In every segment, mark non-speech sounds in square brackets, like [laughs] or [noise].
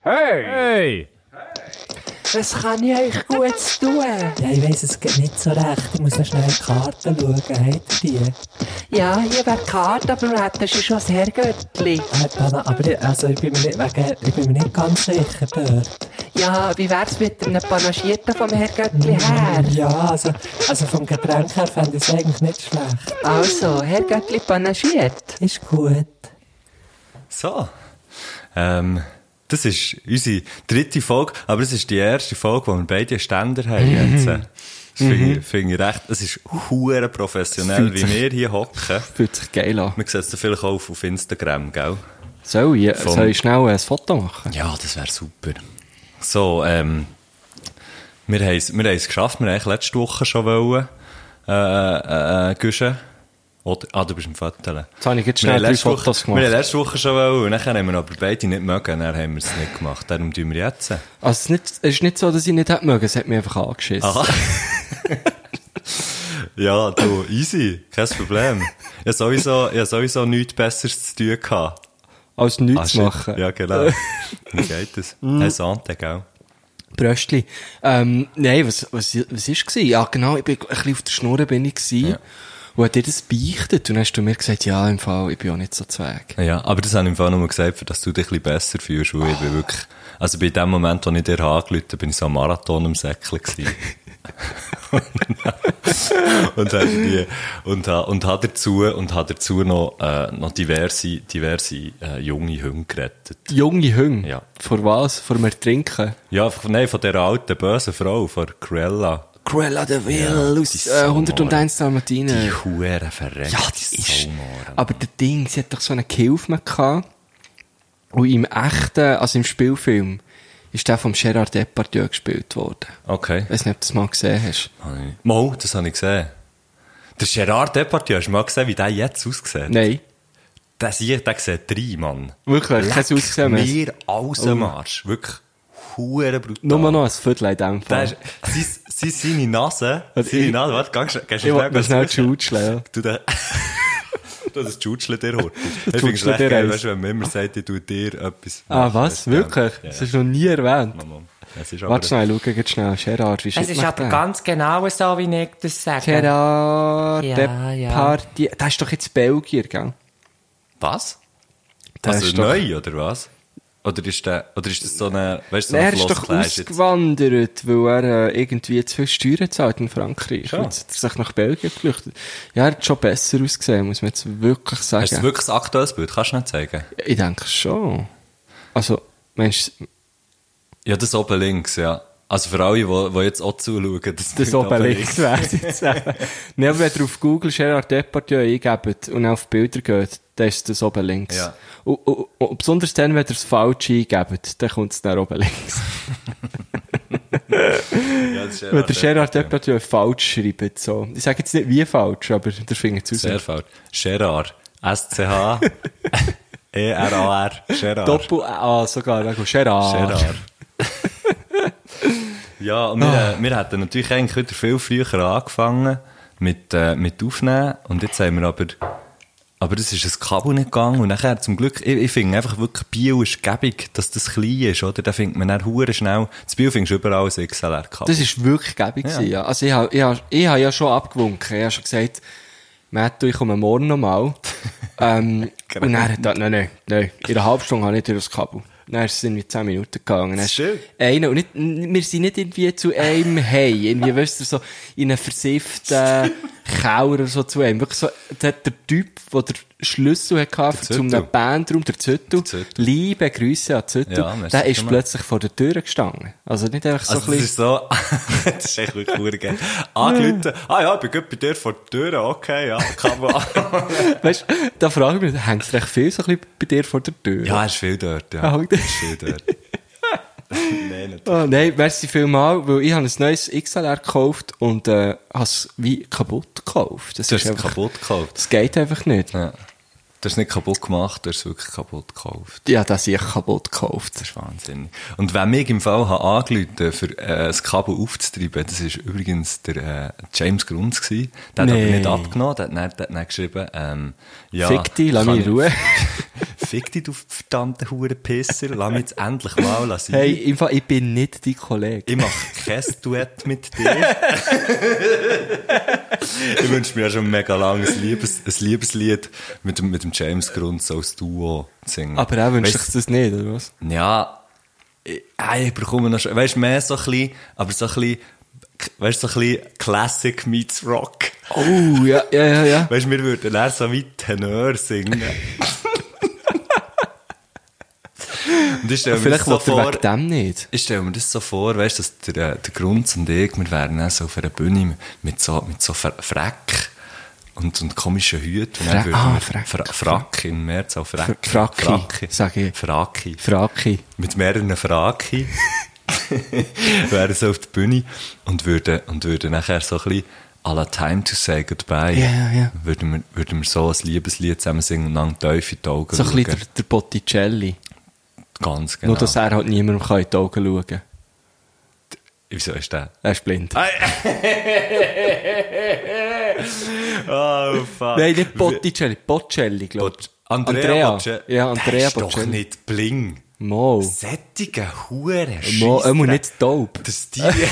Hey! Hey! Was kann ich euch Gutes tun? Ja, ich weiss es geht nicht so recht. Ich muss noch schnell in die Karten schauen. Habt ihr die? Ja, hier wäre die Karte, aber das ist schon das Herrgöttli. Äh, Dana, aber ich, also ich, bin mir nicht, wegen, ich bin mir nicht ganz sicher dort. Ja, wie wär's mit einem Panagierten vom Herrgöttli her? Ja, also, also vom Getränk her fände ich es eigentlich nicht schlecht. Also, Herrgöttli [laughs] panagiert. Ist gut. So. Ähm, das ist unsere dritte Folge, aber es ist die erste Folge, wo wir beide Ständer Mhm. haben. Jens. Das finde ich, finde ich recht. Es ist hure professionell, Es Mhm. fühlt wie sich- wir hier hocken. Fühlt sich geil an. Wir sehen es vielleicht auch auf Instagram, gell? Soll ich, Vom- soll ich schnell ein Foto machen? Ja, das wäre super. So, ähm, wir haben es wir haben's geschafft. Wir haben eigentlich letzte Woche schon wollen, äh, äh, äh, guschen. Oder, ah, du bist im Foteln. Jetzt habe ich jetzt Wir schnell haben drei letzte Fotos Woche, gemacht. Wir haben letzte Woche schon wollen, und dann haben wir aber beide nicht mögen, dann haben wir es nicht gemacht. Darum tun wir jetzt. Also es ist, nicht, es ist nicht so, dass ich nicht hätte mögen, es hat mich einfach angeschissen. Aha. [laughs] ja, du, easy. Kein Problem. Ich habe sowieso, ich hab sowieso nichts Besseres zu tun gehabt. Als Ah, nichts shit. machen. Mm. Ja, genau. Wie [laughs] geht das? Hey, Sante, gell? Bröstli. Ähm, nein, was, was, was ist gewesen? Ja, genau, ich bin ein bisschen auf der Schnur bin ich gewesen. Und hat dir das beichtet? Und dann hast du mir gesagt, ja, im Fall, ich bin auch nicht so zweig. Ja, aber das habe ich im Fall nur gesagt, dass du dich ein bisschen besser fühlst, weil ich bin wirklich, also bei dem Moment, wo ich dir angerufen habe, bin ich so am Marathon im Säckchen gewesen. [laughs] und habe die, und, habe- und habe dazu, und habe dazu noch, äh, noch diverse, diverse, äh, junge Hunde gerettet. Junge Hunde. Ja. Vor was? Vor mir trinken? Ja, einfach- nein, von dieser alten, bösen Frau, von Cruella. Cruella de Vil aus die äh, 101 Dalmatiner. Die Hure verreckt. Ja, das ist. Saumohren. Aber der Ding, sie hat doch so einen Kilf mehr gehabt. Und im echten, also im Spielfilm, ist der vom Gerard Depardieu gespielt worden. Okay. Ich weiß nicht, ob du das mal gesehen hast. Habe ich- Mal, das habe ich gesehen. Der Gerard Depardieu, hast du mal gesehen, wie der jetzt aussieht? Nein. Der sieht, der sieht drei, Mann. Wirklich, ich hab's ausgesehen, Mensch. Mir alles am Arsch. Wirklich. Hure brutal. Nur noch ein Viertel in dem Der Fall. ist, sie, sie, seine Nase, Also seine ich- Nase, warte, gehst du, gehst Ich wollte mir schnell du, schutzeln, ja. du, der- [laughs] du, das Jutschle dir holt. Ich finde es Jutschle recht dir geil, eins. weißt du, wenn man immer sagt, ich tue dir etwas. Ah, was? Wirklich? Ja, Das ja. ist noch nie erwähnt. Mama, Es ist aber, Warte schnell, schau jetzt schnell. Gerard, wie Es ist aber ganz genau so, wie ich das sage. Gerard Ja, Depardieu. Der ist doch jetzt Belgier, gell? was? Der also ist doch- neu, oder was? Oder ist, der, oder ist das so eine, weißt du, so er eine ist doch Floskel, ist jetzt- ausgewandert, weil er äh, irgendwie zu viel Steuern zahlt in Frankreich. Ja. Jetzt hat er sich nach Belgien geflüchtet. Ja, er hat schon besser ausgesehen, muss man jetzt wirklich sagen. Hast du wirklich das aktuelles Bild? Kannst du nicht zeigen? Ich denke schon. Also, Mensch, Ja, das oben links, ja. Also für alle, die, die jetzt auch zuschauen, das, das Bild oben links wäre es jetzt. äh. [laughs] Nein, aber wenn ihr auf Google Gerard Depardieu eingebt und auf Bilder geht, dann ist das oben links. Ja. Und, und, und besonders dann, wenn ihr es falsch eingebt, dann kommt es dann oben links. Ja, das ist Wenn der Gerard Depardieu Depardieu. falsch schreibt, so. Ich sage jetzt nicht wie falsch, aber der findet es raus. Sehr falsch. Gerard. S-C-H. E-R-A-R. Gerard. Doppel A sogar, wegen Gerard. Gerard. [laughs] ja, und wir, Ah. äh, wir hätten natürlich eigentlich wieder viel früher angefangen mit, äh, mit Aufnehmen. Und jetzt haben wir aber, aber es ist ein Kabel nicht gegangen. Und nachher zum Glück, ich, ich finde einfach wirklich, Bio ist gäbig, dass das klein ist, oder? Da findet man dann hure schnell, das Bio findest du überall ein XLR-Kabel. Das ist wirklich gäbig Ja. ja. ja. Also ich habe ich hab, ich hab ja schon abgewunken. Ich habe schon gesagt, Matto, ich komme morgen [laughs] nochmal. ähm, Genau. und dann hat er, nein, nein, nein, in einer halben Stunde habe ich durch das Kabel. Dann ist es irgendwie 10 Minuten gegangen. Dann ist Schön. einer, und nicht, n- wir sind nicht irgendwie zu einem [laughs] Hey, irgendwie, weißt du, so in einem versifften Keller oder so zu einem. Wirklich so, der, der Typ, der den Schlüssel hatte für zum Züttel. einem Bandraum, der Züttel, Züttel. liebe Grüße an Züttel, Ja, merci der ist vielmals. plötzlich vor der Tür gestanden. Also nicht einfach so Also das ist so, [laughs] das ist echt wirklich cool, gell. Angelüten, ah ja, ich bin gut bei dir vor der Tür, okay, ja, kann man. Weißt du, da frage ich mich, hängt recht viel so ein bisschen bei dir vor der Tür? [laughs] ja, ist viel dort, ja. Ah, halt. ist viel dort. Nein, natürlich. Oh, nein, merci vielmal, weil ich habe ein neues XLR gekauft und äh, habe es wie kaputt gekauft. Das Du hast es einfach, kaputt gekauft. Das geht einfach nicht. Ja. Du hast es nicht kaputt gemacht, du hast es wirklich kaputt gekauft. Ja, das ich kaputt gekauft. Das ist wahnsinnig. Und wenn mich im Fall habe angerufen für äh, das Kabel aufzutreiben, das war übrigens der äh, James Grunz. Gewesen. Der hat Nee. aber nicht abgenommen, der hat dann, der hat dann geschrieben, ähm, ja, Fick dich, lass kann mich in ich- Ruhe. [laughs] Fick dich, du verdammte Hurenpisser. Lass mich jetzt endlich [laughs] mal sein. Hey, im Fall, ich bin nicht dein Kollege. Ich mache kein Duett [laughs] mit dir. ich wünsche mir ja schon mega lange ein, Liebes, ein Liebeslied mit dem, mit dem James Grund so als Duo zu singen. Aber er wünscht Weißt- sich das nicht, oder dus was? Ja, ich, ah, ich bekomme noch schon, weißt du, mehr so ein bisschen, aber so ein bisschen, weißt du, so ein bisschen Classic meets Rock. Oh, ja, ja, ja, ja. Weißt du, wir würden eher so wie Tenor singen. [laughs] Und ich stelle mir Vielleicht das so will er vor, wegen dem nicht. ich stelle mir das so vor, weißt du, dass der, äh, der Grunz und ich, wir wären dann so auf einer Bühne mit so, mit so Fra- Frack und, und komischen Hüten. Und dann Fra- würden ah, wir- Frack. Fra Frack in März, auch Frack. Fra- Fracki, sag ich. Fracki. Fraki. mit mehreren Fraki [laughs] wären so auf der Bühne und würden, und würden nachher so ein bisschen à la Time to Say Goodbye Ja, ja. Würden, wir, würden wir so ein Liebeslied zusammen singen und dann tief in die Augen So ein bisschen schauen. der, der Botticelli. Ganz genau. Nur, dass er halt niemandem kann in die Augen schauen kann. Wieso ist der? Er ist blind. Oh, fuck. Nein, nicht Botticelli. Bocelli, glaube ich. Bot Andrea, Bocelli. Ja, der Andrea ist doch Bocelli. nicht bling. Mo. Sättige Hure. Mo, Scheissdreck. immer nicht dope. Der Stevie...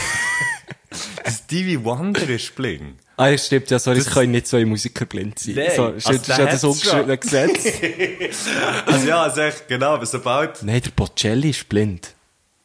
[laughs] der Stevie Wonder ist bling. Ah, ja, stimmt, ja, sorry, es Das- können nicht zwei Musiker blind sein. Nein, so, stimmt, also das ist der ja das hat's schon. ungeschriebene Gesetz. [laughs] Also ja, also echt, genau, aber sobald... Nein, der Bocelli ist blind.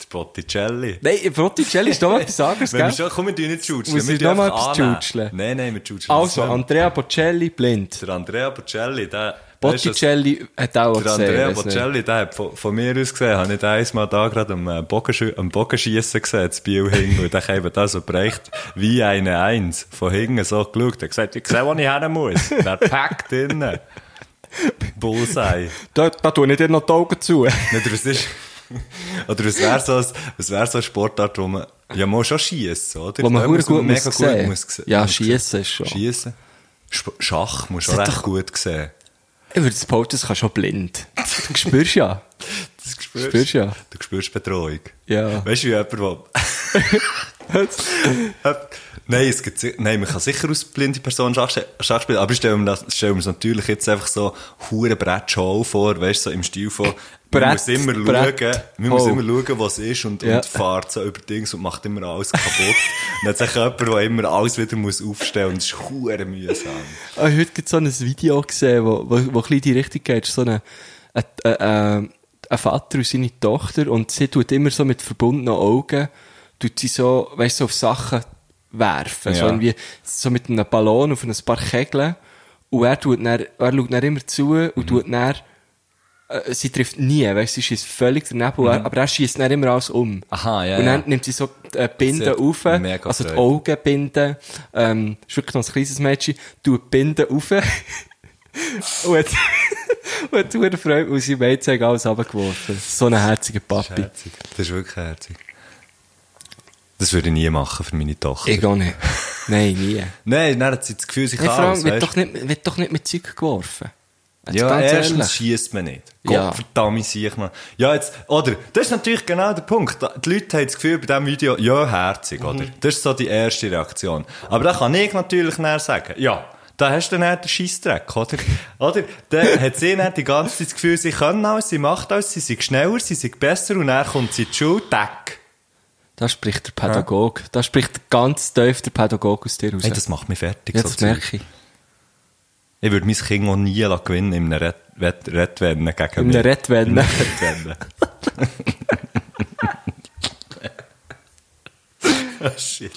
Der Botticelli. Nein, Botticelli ist doch etwas anderes, Wenn wir gell? schon, komm, wir tun nicht jutscheln. Muss wir ich tun noch mal einfach etwas annehmen. jutscheln? Nein, nein, wir jutscheln. Also, das nicht. Andrea Bocelli blind. der Andrea Bocelli, der... weisst du, Botticelli hat auch Der gesehen. Andrea weiss nicht. Bocelli, der hat von, von mir aus gesehen, habe ich den einmal da gerade am äh, Bogenschü- am Bogenschiessen gesehen, das Biel hing, und der hat eben da so bereicht, wie eine Eins, von hinten so geschaut, er hat gesagt, ich sehe, wo ich hin muss. Der packt innen. Bullseye. Da, da tue ich dir noch die Augen zu. [laughs] Nicht, was ist, [laughs] oder was wäre so, ein- was wäre so eine Sportart, wo man, ja, muss schon schiessen, oder? Wo man Da verdammt gut mega muss sehen. sehen. Ja, muss sehen. schiessen ist schon. Schiessen. Sp Schach muss Das schon hat recht doch- gut sehen. Ich würde das behaupten, das kannst du auch blind. Du spürst ja. Das spürst, Spürst ja. Du spürst Betreuung. Ja. Weißt du, wie jemand, der [laughs] Hab- Nein, es gibt, si- nein, man kann sicher als blinde Person Schach, Schach spielen, aber ich stelle mir das, stelle mir das natürlich jetzt einfach so hure Brett-Show vor, weißt du, so im Stil von, Brett, man muss immer Brett, schauen, man muss oh. immer schauen, was ist und, Ja. und fährt so über Dings und macht immer [laughs] alles kaputt. und dann ist jemand, der immer alles wieder muss aufstellen und das ist hure mühsam. Ah, heute gibt es so ein Video gesehen, wo, wo, wo ein bisschen in die Richtung geht. Es ist So eine, ein, ein, ein- ein Vater und seine Tochter und sie tut immer so mit verbundenen Augen, tut sie so, weißt du, so auf Sachen werfen. So Ja. irgendwie, so mit einem Ballon auf ein paar Kegeln. Und er tut dann, er schaut dann immer zu und Mhm. tut dann, äh, sie trifft nie, weißt du, sie ist völlig daneben, mhm. er, aber er schießt dann immer alles um. Aha, ja, Und dann ja. nimmt sie so die äh, Sie Binden hat auf, mega also die Freude. Augenbinden, ähm, ist wirklich noch ein kleines Mädchen, tut die Binden auf [laughs] und hat, [laughs] und hat verdammt Freude, und sie meint, sie hat alles runtergeworfen. So ein herziger Das ist Papi. herzig. Das ist wirklich herzig. Das würde ich nie machen für meine Tochter. Ich auch nicht. Nein, nie. Nein, dann hat sie das Gefühl, sie Hey, kann Frank, alles, wird weißt doch, nicht, wird doch nicht mit Zeug geworfen. Jetzt Ja, ganz erstens ehrlich. schießt man nicht. Ja. Ja. Verdammt, ich mal. Ja, jetzt, oder, das ist natürlich genau der Punkt. Da- Die Leute haben das Gefühl bei diesem Video, ja, Mhm. herzig, oder? Das ist so die erste Reaktion. Aber da kann ich natürlich näher sagen, ja, da hast du dann eher den Scheissdreck, oder? [laughs] oder? Dann hat sie dann die ganze Zeit das Gefühl, sie können alles, sie macht alles, sie sind schneller, sie sind besser und dann kommt sie in die Schule, tack. Da spricht der Pädagoge. Da spricht ganz tief der Pädagoge aus dir raus. Hey, das macht mich fertig. ja, so das Zeug. merke ich. Ich würde mein Kind auch nie lassen gewinnen in einem Red- Wett- Wettrennen gegen In mich. einem Wettrennen. In einem [laughs] Wettrennen. Ah, Shit.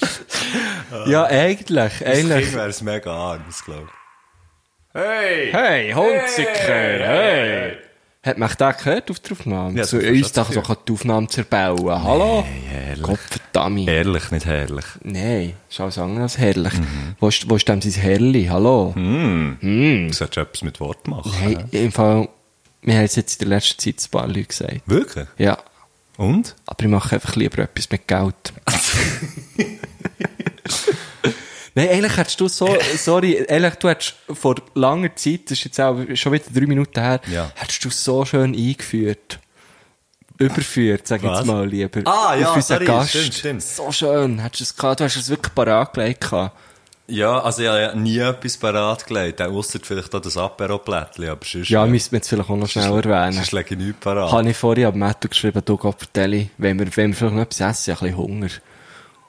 Ja, eigentlich, Als eigentlich. Kind wäre es mega armes, glaube ich. Hey, Hunziker, hey! Hat mich da gehört auf der Aufnahme? Ja, Zu das uns hast du doch so die Aufnahme zerbauen. Hallo? Gottverdammt. Ehrlich, nicht herrlich. Nein, ist alles andere als herrlich. Mhm. Wo, ist, wo ist dem sein Herrli? Hallo? Hm. Du solltest etwas mit Wort machen. Hey, ja. im Fall, mir haben es jetzt in der letzten Zeit ein paar Leute gesagt. Wirklich? Ja, Und? aber ich mache einfach lieber etwas mit Geld. [laughs] Nein, eigentlich hättest du so, sorry, eigentlich du hättest vor langer Zeit, das ist jetzt auch schon wieder drei Minuten her, Ja. hättest du so schön eingeführt. Überführt, sag ich jetzt Was? mal lieber. Ah, ja, Auf unseren sorry, Gast. stimmt, stimmt. So schön, hättest du es gehabt, du hast es wirklich parat gelegt gehabt. Ja, also ich habe ja nie etwas parat gelegt, außer vielleicht auch das Apero-Plättchen, aber sonst... Ja, äh, müssen wir jetzt vielleicht auch noch schnell erwähnen. Sonst lege ich nichts parat. Habe ich vorhin am Matto geschrieben, du Gottelli, wenn wir, wenn wir vielleicht noch etwas essen, ich habe ein bisschen Hunger.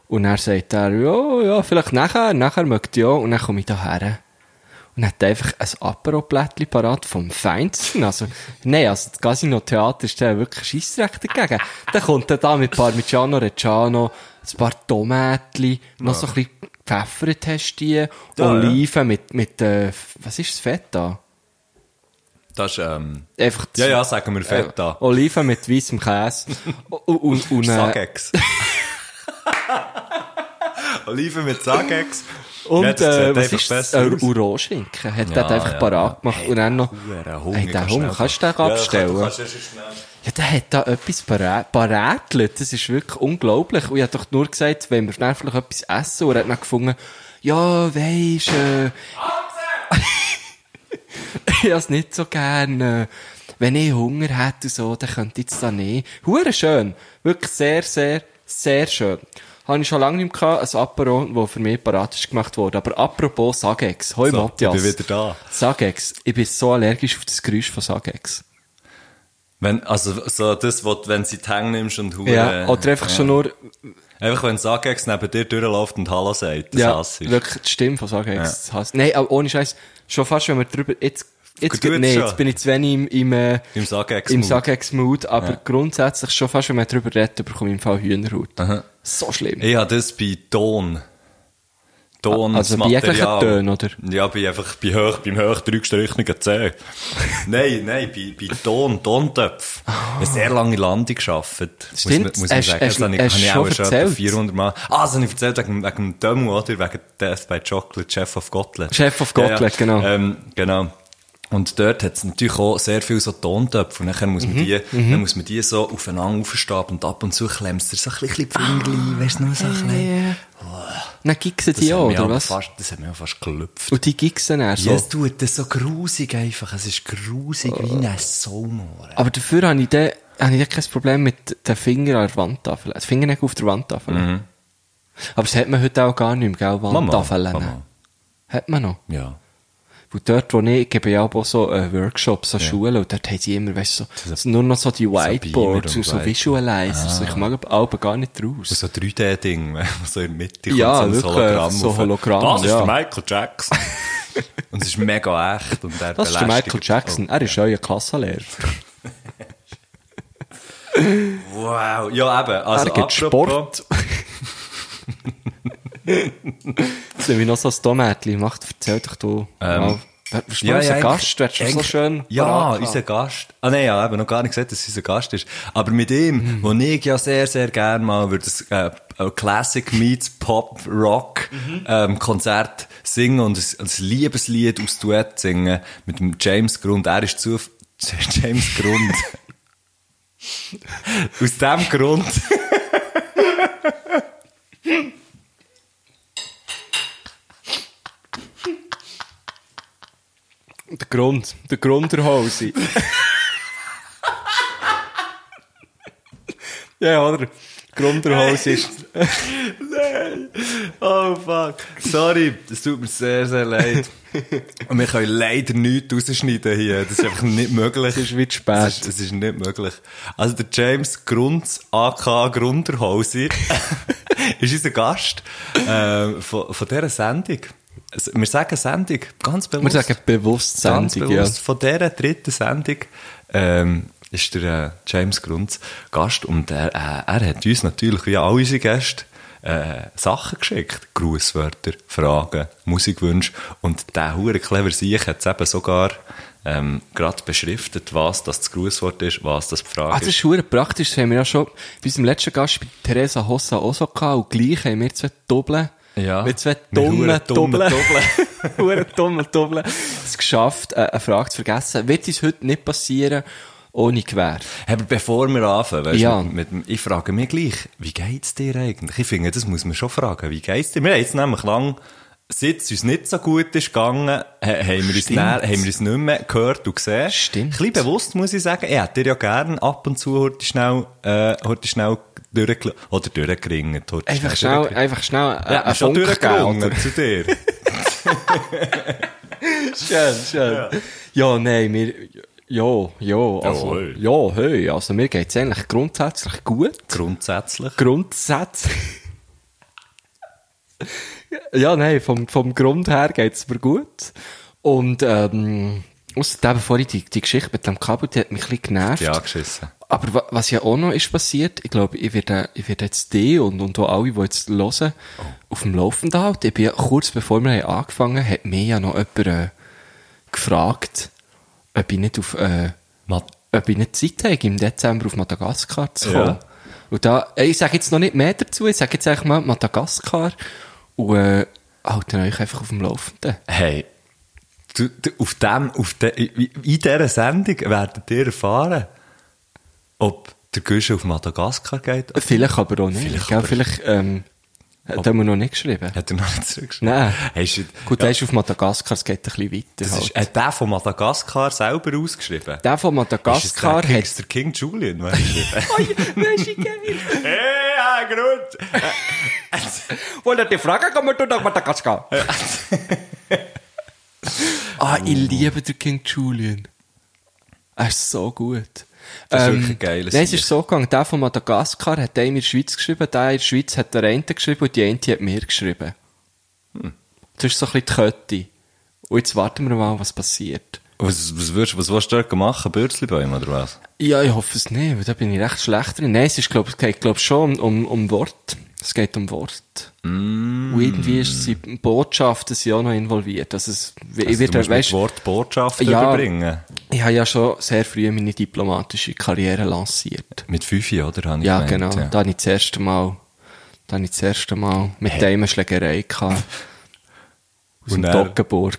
Und er sagt er, ja, ja, vielleicht nachher, nachher möchte ich auch. Und dann komme ich hierher. Und hat einfach ein Aperoplättchen parat vom Feinsten. Also, nein, also, das Casino-Theater ist da wirklich scheissrecht dagegen. Dann kommt er da mit Parmigiano Reggiano, ein paar Tomätchen, noch so ein bisschen gepfeffert hast du die, ja. Oliven mit, mit, äh, was ist das Fett da? Das ist, ähm... Einfach Ja, ja, sagen wir fett äh, an. Oliven mit weißem [laughs] Käse. und, und, und, äh, [laughs] Sagex. Oliven mit Sagex. und Ja, das sieht äh, was einfach ist das? besser Ein aus. Uroschinken. Hat Ja, der einfach ja, parat gemacht. und dann noch, Huere hey, kannst den du Hunger, kannst schnell- du den Ja, abstellen? du Ja, kannst- du kannst erst schnell- der hat da etwas parä- parätelt. Das ist wirklich unglaublich. Und ich habe doch nur gesagt, wenn wir schnell vielleicht etwas essen. Und er hat dann gefunden, ja, weisst, äh, [laughs] ich habe es nicht so gern. äh, Wenn ich Hunger hätte und so, dann könnte ich es da nicht. Hure schön. Wirklich sehr, sehr, sehr schön. Habe ich schon lange nicht mehr gehabt, ein Apero, das für mich parat ist gemacht worden. Aber apropos Sagex. Hoi So, Matthias. ich bin wieder da. Sagex. Ich bin so allergisch auf das Geräusch von Sagex. Wenn, also, so das, wo, du- wenn du sie die Hänge nimmst und Huren. Ja, oder einfach schon nur, Einfach, wenn Sagex neben dir durchläuft und Hallo sagt, das ja, hasse ich. wirklich die Stimme von Sagex. Ja. Das hasse ich. Nein, aber ohne Scheiß. Schon fast, wenn wir drüber, jetzt, jetzt, Gut, geht- nee, schon. jetzt bin ich zu wenig im, im, äh, Im Sagex. im Sagex-Mood, aber grundsätzlich schon fast, wenn man drüber redet, bekomme ich im Fall Hühnerhaut. Aha. So schlimm. Ich habe das bei Ton. Ton, Ah, also das bei jeglichen Material. Tönen, oder? Ja, bei einfach, bei hoch, beim [laughs] höchstrückstrichnigen C. nein, nein, bei, bei Ton, Tontöpf. Ich habe sehr lange Lande gearbeitet. Stimmt, Muss, man- muss man hast- sagen. hast- das habe ich, hast habe ich schon auch schon etwa erzählt? 400 Mal. Ah, das habe ich erzählt wegen, wegen dem Dömmel, oder? Wegen Death by Chocolate, Chef of Gottlet. Chef of Gottlet, genau. Ähm, genau. Und dort hat es natürlich auch sehr viel so Tontöpfe. Und nachher muss man Mhm, die, dann muss man die so aufeinander aufstapeln und ab und zu klemmst du dir so ein bisschen Ah, Pfingli, weißt du, noch so ein bisschen. Dann gigsen Das die hat auch, mich äh, oder aber was? Fast, das hat mich auch fast gelüpft. Und die gigsen er so. Oh. Yes, du, das ist so grusig einfach. Es ist grusig wie ein Saumor. Aber dafür habe ich dann, habe ich dann kein Problem mit den Fingern an der Wandtafel. Also Fingernägel auf der Wandtafel. Mhm. Aber das hat man heute auch gar nicht mehr, gell? Wandtafeln. Hat man noch. Ja. Und dort, wo ich, ich gebe ja auch so äh, Workshops an Schulen und dort haben sie immer, weißt du, so, es sind nur noch so die Whiteboards Ah. Beamer und und so Whiteboard. Visualizer. so. Ich mag aber Alben gar nicht raus. So ein [laughs] 3D-Ding, so in der Mitte Ja, kommt so ein wirklich, Hologramm. so auf. Hologramm, Das ist ja. der Michael Jackson. [laughs] und es ist mega echt. Und er Das ist der Michael belästigt- Jackson, er ist euer Klassenlehrer. [laughs] Oh, wow. Ja, eben. Also, er gibt apropos- Sport. Jetzt nehme ich noch so ein Tomatli. Macht, erzähl doch du. mal. Wer- Wärst du mal unser Gast? Wärst du so eigentlich- schön? Ja, parat unser gehabt? Gast. Ah, nein, ja, eben noch gar nicht gesagt, dass es unser Gast ist. Aber mit Hm. ihm, wo ich ja sehr, sehr gerne mal würde das äh, äh, Classic Meets Pop Rock Mhm. ähm, Konzert singen und ein, ein Liebeslied aus Duett singen mit dem James Grund. Er ist zu... [laughs] James Grund. [laughs] aus dem Grund... Der Grund. Der Grund der [laughs] Hose. ja, oder? Grund der Hose ist... Oh fuck. Sorry, das tut mir sehr, sehr leid. Und wir können leider nichts rausschneiden hier. Das ist einfach nicht möglich. Es ist wie zu spät. Es ist, es ist nicht möglich. Also der James Grunz, AK Grunderhausi, [laughs] ist unser Gast äh, von, von dieser Sendung. Also, Wir sagen Sendung, ganz Wir bewusst. sagen bewusst ganz Sendung, ja. bewusst. Von dieser dritten Sendung ähm, ist der äh, James Grunz Gast und er, äh, er hat uns natürlich, wie all unsere Gäste, äh, Sachen geschickt. Grußwörter, Fragen, Musikwünsche. Und der hure clever Sieg hat es eben sogar ähm, gerade beschriftet, was das, das Grußwort ist, was das die Frage Ah, das ist. ist verdammt praktisch. Das haben wir ja schon bei unserem letzten Gast bei Teresa Hossa auch so gehabt. Und gleich haben wir zwei Doppeln. Ja. Wir zwei Wir dummen verdammt dummen Doppeln. [laughs] Doppeln. Huren dummen Doppeln. Es geschafft, äh, eine Frage zu vergessen. Wird uns heute nicht passieren, ohne Gewehr. Hey, Aber bevor wir anfangen, weißt, Ja. du, mit, mit, ich frage mich gleich, wie geht's dir eigentlich? Ich finde, das muss man schon fragen. Wie geht's dir? Wir haben jetzt nämlich lang, seit es uns nicht so gut ist gegangen, ha- haben wir, uns Stimmt. näher, haben wir uns nicht mehr gehört und gesehen. Stimmt. Ein bisschen bewusst muss ich sagen, ich hätte dir ja gerne ab und zu heute schnell, äh, heute schnell durchgelaufen. Oder durchgeringert. Oder Einfach schnell, einfach schnell äh, Ja, einen Funk schon gegeben, durchgerungen [laughs] oder? zu dir. [laughs] Schön, schön. Ja, nein, mir, ja, ja, also, hey. ja, hey, also mir geht's eigentlich grundsätzlich gut. Grundsätzlich. Grundsätze. ja, nein, vom, vom Grund her geht's mir gut. Und, ähm, außerdem, vorhin die, die Geschichte mit dem Kabel, die hat mich ein bisschen genervt. Ja, geschissen. Aber wa- was ja auch noch ist passiert, ich glaube, ich werde, ich werde jetzt die und, und auch alle, die jetzt hören, auf dem Laufenden halten. Ich bin ja, kurz bevor wir haben angefangen haben, hat mich ja noch jemand äh, gefragt, ob ich nicht auf, äh, Mat- ob ich nicht Zeit habe, im Dezember auf Madagaskar zu kommen. Ja. Und da, äh, ich sage jetzt noch nicht mehr dazu, ich sage jetzt einfach mal Madagaskar und äh, haltet euch einfach auf dem Laufenden. Hey, du, du, auf dem, auf de, in dieser Sendung werdet ihr erfahren, ob der Gusch auf [laughs] Madagaskar geht. Vielleicht aber auch nicht. Vielleicht Vielleicht, gell? aber- Vielleicht ähm, hat er mir noch nicht geschrieben. Hat er noch nicht zurückgeschrieben? Nein. Hast du, Gut, der ist auf Madagaskar, es geht ein bisschen weiter. das ist, halt. hat der von Madagaskar selber ausgeschrieben? der von Madagaskar ist es hat. der King, der King Julian, [laughs] weißt du? hey, gut. Wollt ihr die Frage kommen, du nach Madagaskar? [laughs] ah, ich liebe den King Julian. Er ist so gut. Ähm, Das ist wirklich ein geiles Nein, es Lied. ist so gegangen. Der von Madagaskar hat den in der Schweiz geschrieben, der in der Schweiz hat der eine geschrieben und die eine hat mir geschrieben. Hm. Das ist so ein bisschen die Kette. Und jetzt warten wir mal, was passiert. Was, was, würdest, was willst du dort machen? Bürzlibäume oder was? Ja, ich hoffe es nicht, weil da bin ich recht schlecht drin. Nein, es ist, glaub, es geht glaub, schon um, um, um Wort. Es geht um Wort. Mm. Und irgendwie ist die Botschaft, dass ich auch noch involviert. Also es, ich Also, du werde, musst mit weißt, Wort Botschaft Ja. überbringen. ich habe ja schon sehr früh meine diplomatische Karriere lanciert. Mit Fünfi, oder? Habe ich Ja, gemeint, genau. Da habe ich das erste Mal, da habe ich das erste Mal mit hey. dem eine Schlägerei gehabt. [laughs] Aus dem Und er- Doggenburg.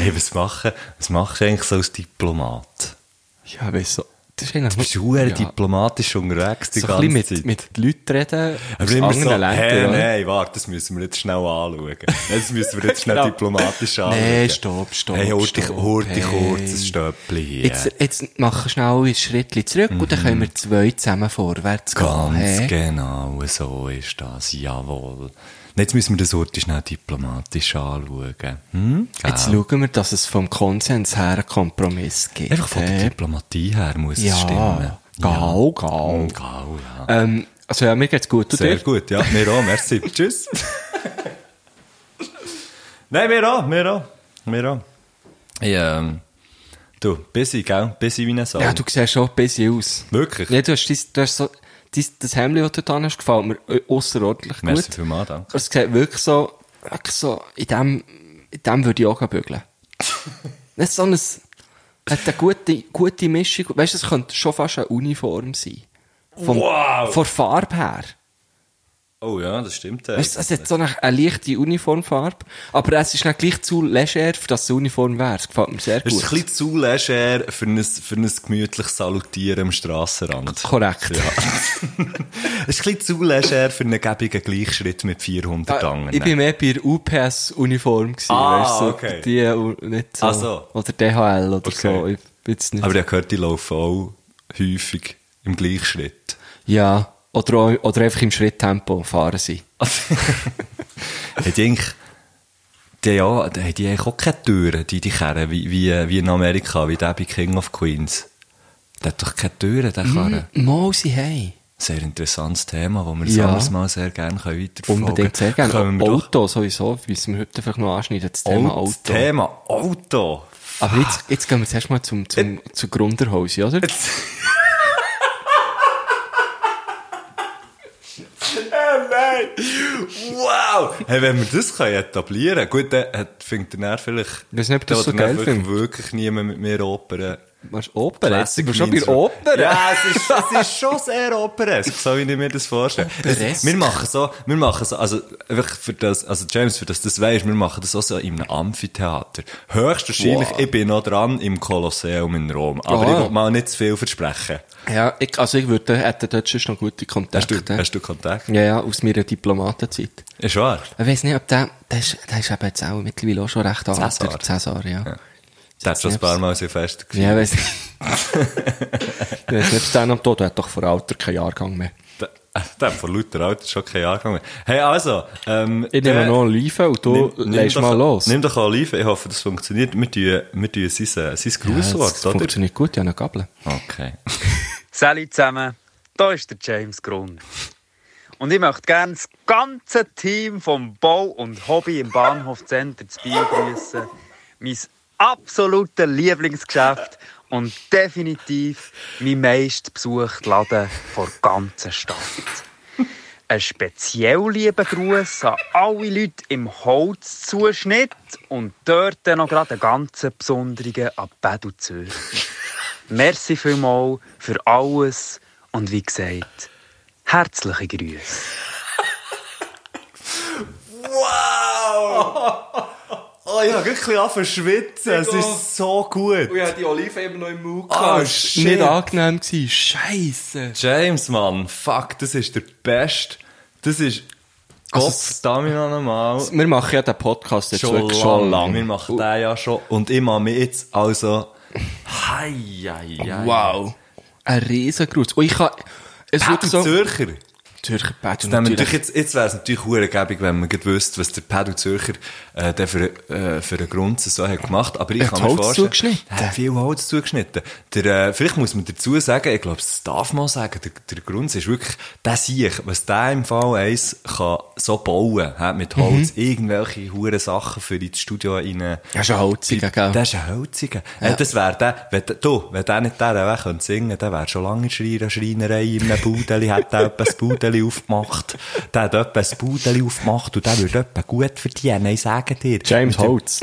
Hey, was machen, was machst du eigentlich so als Diplomat? [laughs] ja, weißt du, das ist eigentlich Du bist sehr ja, diplomatisch unterwegs die so ein ganze bisschen mit, Zeit. mit Leuten reden, aber immer so, hey, oder? nein, warte, das müssen wir jetzt schnell anschauen. Das müssen wir jetzt [laughs] schnell Genau. diplomatisch anschauen. Nein, stopp, stopp. Hey, hol dich, stopp, hol dich hey. kurz ein Stöppli hier. Mhm. Jetzt, jetzt machen wir schnell ein Schritt zurück und dann können wir zwei zusammen vorwärts gehen. Ganz hey. genau, so ist das, jawohl. Und Jetzt müssen wir das Urteil schnell diplomatisch anschauen. Hm? Jetzt Gell? schauen wir, dass es vom Konsens her einen Kompromiss gibt. Einfach von der hey. Diplomatie her muss Ja, es stimmen. Gau, Gau, gau. ja. Ähm, also ja, mir geht's gut. Und Sehr dir? gut, ja. Mir [laughs] auch, merci. Tschüss. Nein, mir auch, mir auch. Mir auch. Ich, ähm, du, busy, gell? Busy wie ein Sau. Ja, du siehst schon busy aus. Wirklich? Ja, du hast, dein, du hast so, dein, das Hemd, das du da hast, gefällt mir äh, außerordentlich gut. Merci vielmals, danke. Es sieht wirklich so, wirklich so, in dem, in dem würde ich auch gerne bügeln. Das ist so ein, hat eine gute, gute Mischung. Weißt du, es könnte schon fast eine Uniform sein. Vom, Wow! Von der Farbe her. Oh ja, das stimmt. Weißt du, es hat so eine, eine leichte Uniformfarbe, aber es ist nicht gleich zu leger, dass es eine Uniform wäre. Das gefällt mir sehr es gut. ist ein bisschen zu leger für ein, für ein gemütliches Salutieren am Strassenrand. korrekt. [laughs] Ja. [laughs] es ist ein bisschen zu leger für einen gäbigen Gleichschritt mit 400 Ah, Gangen. ich bin mehr bei der UPS-Uniform gewesen, Ah, weißt du, okay. die, äh, nicht so, Ach so. oder DHL oder Okay. so, ich bin jetzt nicht. Aber ich habe gehört, die laufen auch häufig im Gleichschritt. ja, oder, auch- oder einfach im Schritttempo fahren sie. [laughs] Hat eigentlich, die, ja, die haben die eigentlich auch keine Türen, die, die Kerren, wie, wie, wie in Amerika, wie der bei King of Queens. Der hat doch keine Türen, der Karren. Mal sie hey. Sehr interessantes eh, Thema, das Mhm. wir Ja. ja. anderes Mal sehr gerne können weiterverfolgen Unbedingt sehr gerne. Kommen wir doch- Auto sowieso, müssen wir heute vielleicht noch anschneiden, das Thema Oh, das Auto. Thema Auto. Aber jetzt, jetzt gehen wir zuerst mal zum, zum, zu Grunderhäuschen, oder? Nein! Wow! Hey, dus wenn wir das können etablieren können, gut, dann hat- findet der Nerv vielleicht... Ich weiß nicht, ob das oder so dann geil wirklich- findet. wirklich niemand mit mir opern. Was ist Oper? Jetzt sind wir Classic schon bei Means der Oper. Ja, es [laughs] ist, es ist schon sehr operesk, so wie ich mir das vorstelle. Operesk. Es- Wir machen so, wir machen so, also, einfach für das, also James, für das du das weisst, wir machen das auch so in einem Amphitheater. Höchstwahrscheinlich, Wow. ich bin noch dran im Kolosseum in Rom, aber Ah. ich will mal nicht zu viel versprechen. Ja, ich, also ich würde, hätte dort schon noch gute Hast du, Kontakte. hast du Kontakt? ja, ja, aus meiner Diplomatenzeit. Ist wahr? Ich weiß nicht, ob der, der ist, der ist eben jetzt auch mittlerweile auch schon recht alt. Cäsar. Cäsar, ja. Der hat schon ein paar Mal Silvester gefeiert. Ja, weiss ich. [laughs] Weiss nicht, ob der noch tot hat doch vor Alter keinen Jahrgang mehr. Der, [laughs] der hat vor lauter Alter schon keinen Jahr gegangen. Hey, also. Ähm, Ich nehme äh, noch Oliven und du lässt doch- mal los. Nimm doch Oliven, ich hoffe, das funktioniert. Wir tun, wir tun sein, äh, sein das Grußwort, oder? funktioniert gut, ich habe eine Gabel. Okay. Salut zusammen, da ist der James Grund. Und ich möchte gerne das ganze Team vom Bau und Hobby im Bahnhofcenter zu Biel grüßen. Mein absolutes Lieblingsgeschäft und definitiv mein meistbesuchter Laden vor der ganzen Stadt. Ein speziell lieber Gruß an alle Leute im Holzzuschnitt und dort dann noch gerade einen ganz besonderen an Pedel Zürich. Merci vielmals für alles und wie gesagt, herzliche Grüße. Oh, ich habe wirklich angefangen zu schwitzen. Es ist so gut. habe Oh die Oliven eben noch im Mund gehabt. Nicht Shit. angenehm Oh, gewesen. Scheiße. James, Mann, fuck, das ist der Best. Das ist. Gott, verdammt noch einmal. Wir machen ja den Podcast jetzt Schon, wirklich schon lang. lang. Wir machen den ja schon. Und ich mache mich jetzt also. Hei, hei, hei. Wow. Oh, Ein riesengruß. Und ich kann... Es wird so... Pedro Zürcher. Zürcher Pädel Dann natürlich. natürlich. Jetzt, jetzt wäre es natürlich hurengebig, wenn man gewusst, was der Pedro Zürcher äh, der für, äh, für einen Grund so hat gemacht. Aber ich Er hat kann mir Holz vorstellen, zugeschnitten. er hat viel Holz zugeschnitten. Der, äh, vielleicht muss man dazu sagen, ich glaube, das darf man sagen, der, der Grund ist wirklich, der Sieg, was der im Fall 1 kann so bauen, hä, Mhm. mit Holz, irgendwelche huren Sachen für ins Studio rein. Das ist ein Holziger, gell? Das ist ein Hölziger. Äh, das wär der, wenn, der- du, wenn der nicht der Weg könnte singen, der wär schon lange in Schreiner, Schreinerei, in einem Budeli, hat der etwa ein Budeli aufgemacht. Der hat etwa ein Budeli aufgemacht und der würde etwa gut verdienen, ich sage dir. James Mit dem- Holz.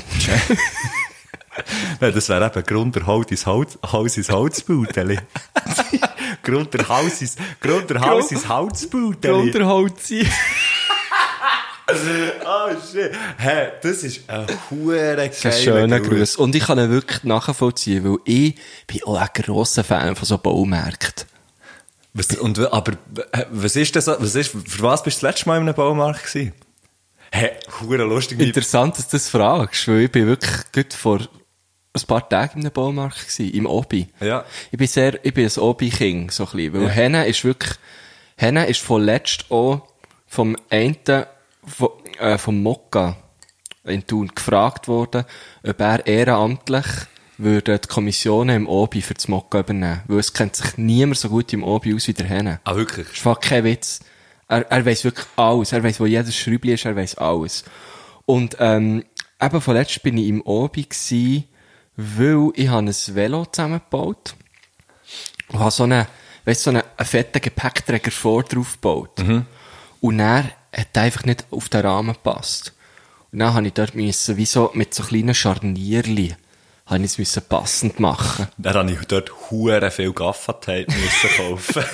Nein, das wäre eben Grunder Holz ins Holz, Holz ins Holzbudeli. [laughs] Grunder Holz ins, Grunder Holz ins Holzbudeli. Holzi. Oh shit. Hä, das ist ein hure geiler Ein schöner Gruß. Gruß. Und ich kann ihn wirklich nachvollziehen, weil ich bin auch ein grosser Fan von so Baumärkten. Was, und, w- aber äh, was ist das? Was ist, für was bist du das letzte Mal in einem Baumarkt gewesen? Hä, hure lustig. Interessant, dass du das fragst, weil ich bin wirklich gut vor ein paar Tagen in einem Baumarkt gewesen, im Obi. Ja. Ich bin sehr, ich bin ein Obi-King, so ein bisschen, weil Henne ist wirklich, Henne ist von letzt auch vom einen, vom, äh, vom Mokka in Thun gefragt worden, ob er ehrenamtlich würde die Kommissionen im Obi für das Mokka übernehmen. Weil es kennt sich niemand so gut im Obi aus wie der Henne. Ah, wirklich? Das ist fuck kein Witz. Er, er weiß wirklich alles. Er weiß, wo jedes Schräubli ist. Er weiß alles. Und, ähm, eben vorletzt bin ich im Obi gsi, weil ich habe ein Velo zusammengebaut. Und habe so einen, weißt, so einen, einen fetten Gepäckträger vor drauf gebaut. Und dann hat der einfach nicht auf den Rahmen gepasst. Und dann habe ich dort müssen, wie so, mit so kleinen Scharnierli, habe ich es müssen passend machen. Dann habe ich dort hure viel Gaffatape müssen [laughs] kaufen.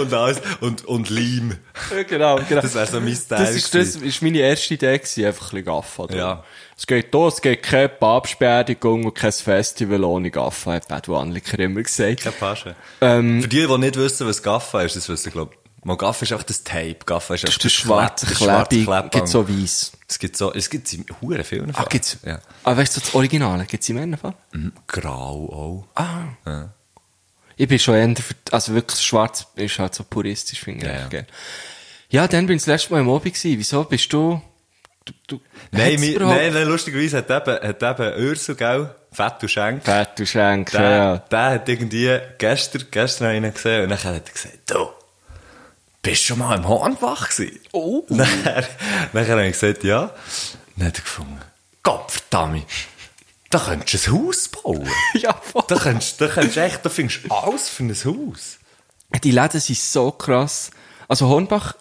und alles, und, und Leim. [laughs] genau, genau. Das wär so mein Style Das ist, das gewesen. ist meine erste Idee gewesen, einfach ein bisschen Gaffa. drum. Ja. Es geht da, es geht keine Absperrung und kein Festival ohne Gaffa, hat Bad Wanliker immer gesagt. Keine Pasche. Ähm, Für die, die nicht wissen, was Gaffa ist, das wissen, glaube ich. Mal Gaffa ist einfach das Tape. Gaffa ist Das einfach ist der schwarze Klebi, gibt so weiss. Es gibt so, es gibt in hure vielen Ah, Fällen. gibt's, Ja. ah, weißt du, das Originale gibt's im Endeffekt? Mhm. Grau auch. Ah. Ich bin schon eher, für, also wirklich schwarz ist halt so puristisch, finde ich. Ja, echt ja. geil. ja, dann bin ich das letzte Mal im Obi gewesen. Wieso bist du, du, du, Nein, hat's mi, überhaupt- nein, nein, lustigerweise hat eben, hat eben Ursel, gell, Fett und Schenk, Fett, du Schenk, der, ja. der hat irgendwie gestern, gestern habe ich ihn gesehen und dann hat er gesagt, du, bist schon mal im Hornbach gewesen? Oh. [laughs] Dann, dann habe ich gesagt, ja. Dann hat er gefunden, Gottverdammt, da könntest du ein Haus bauen. Ja, voll. Da könntest, da könntest du echt, da findest du alles für ein Haus. Die Läden sind so krass. Also Hornbach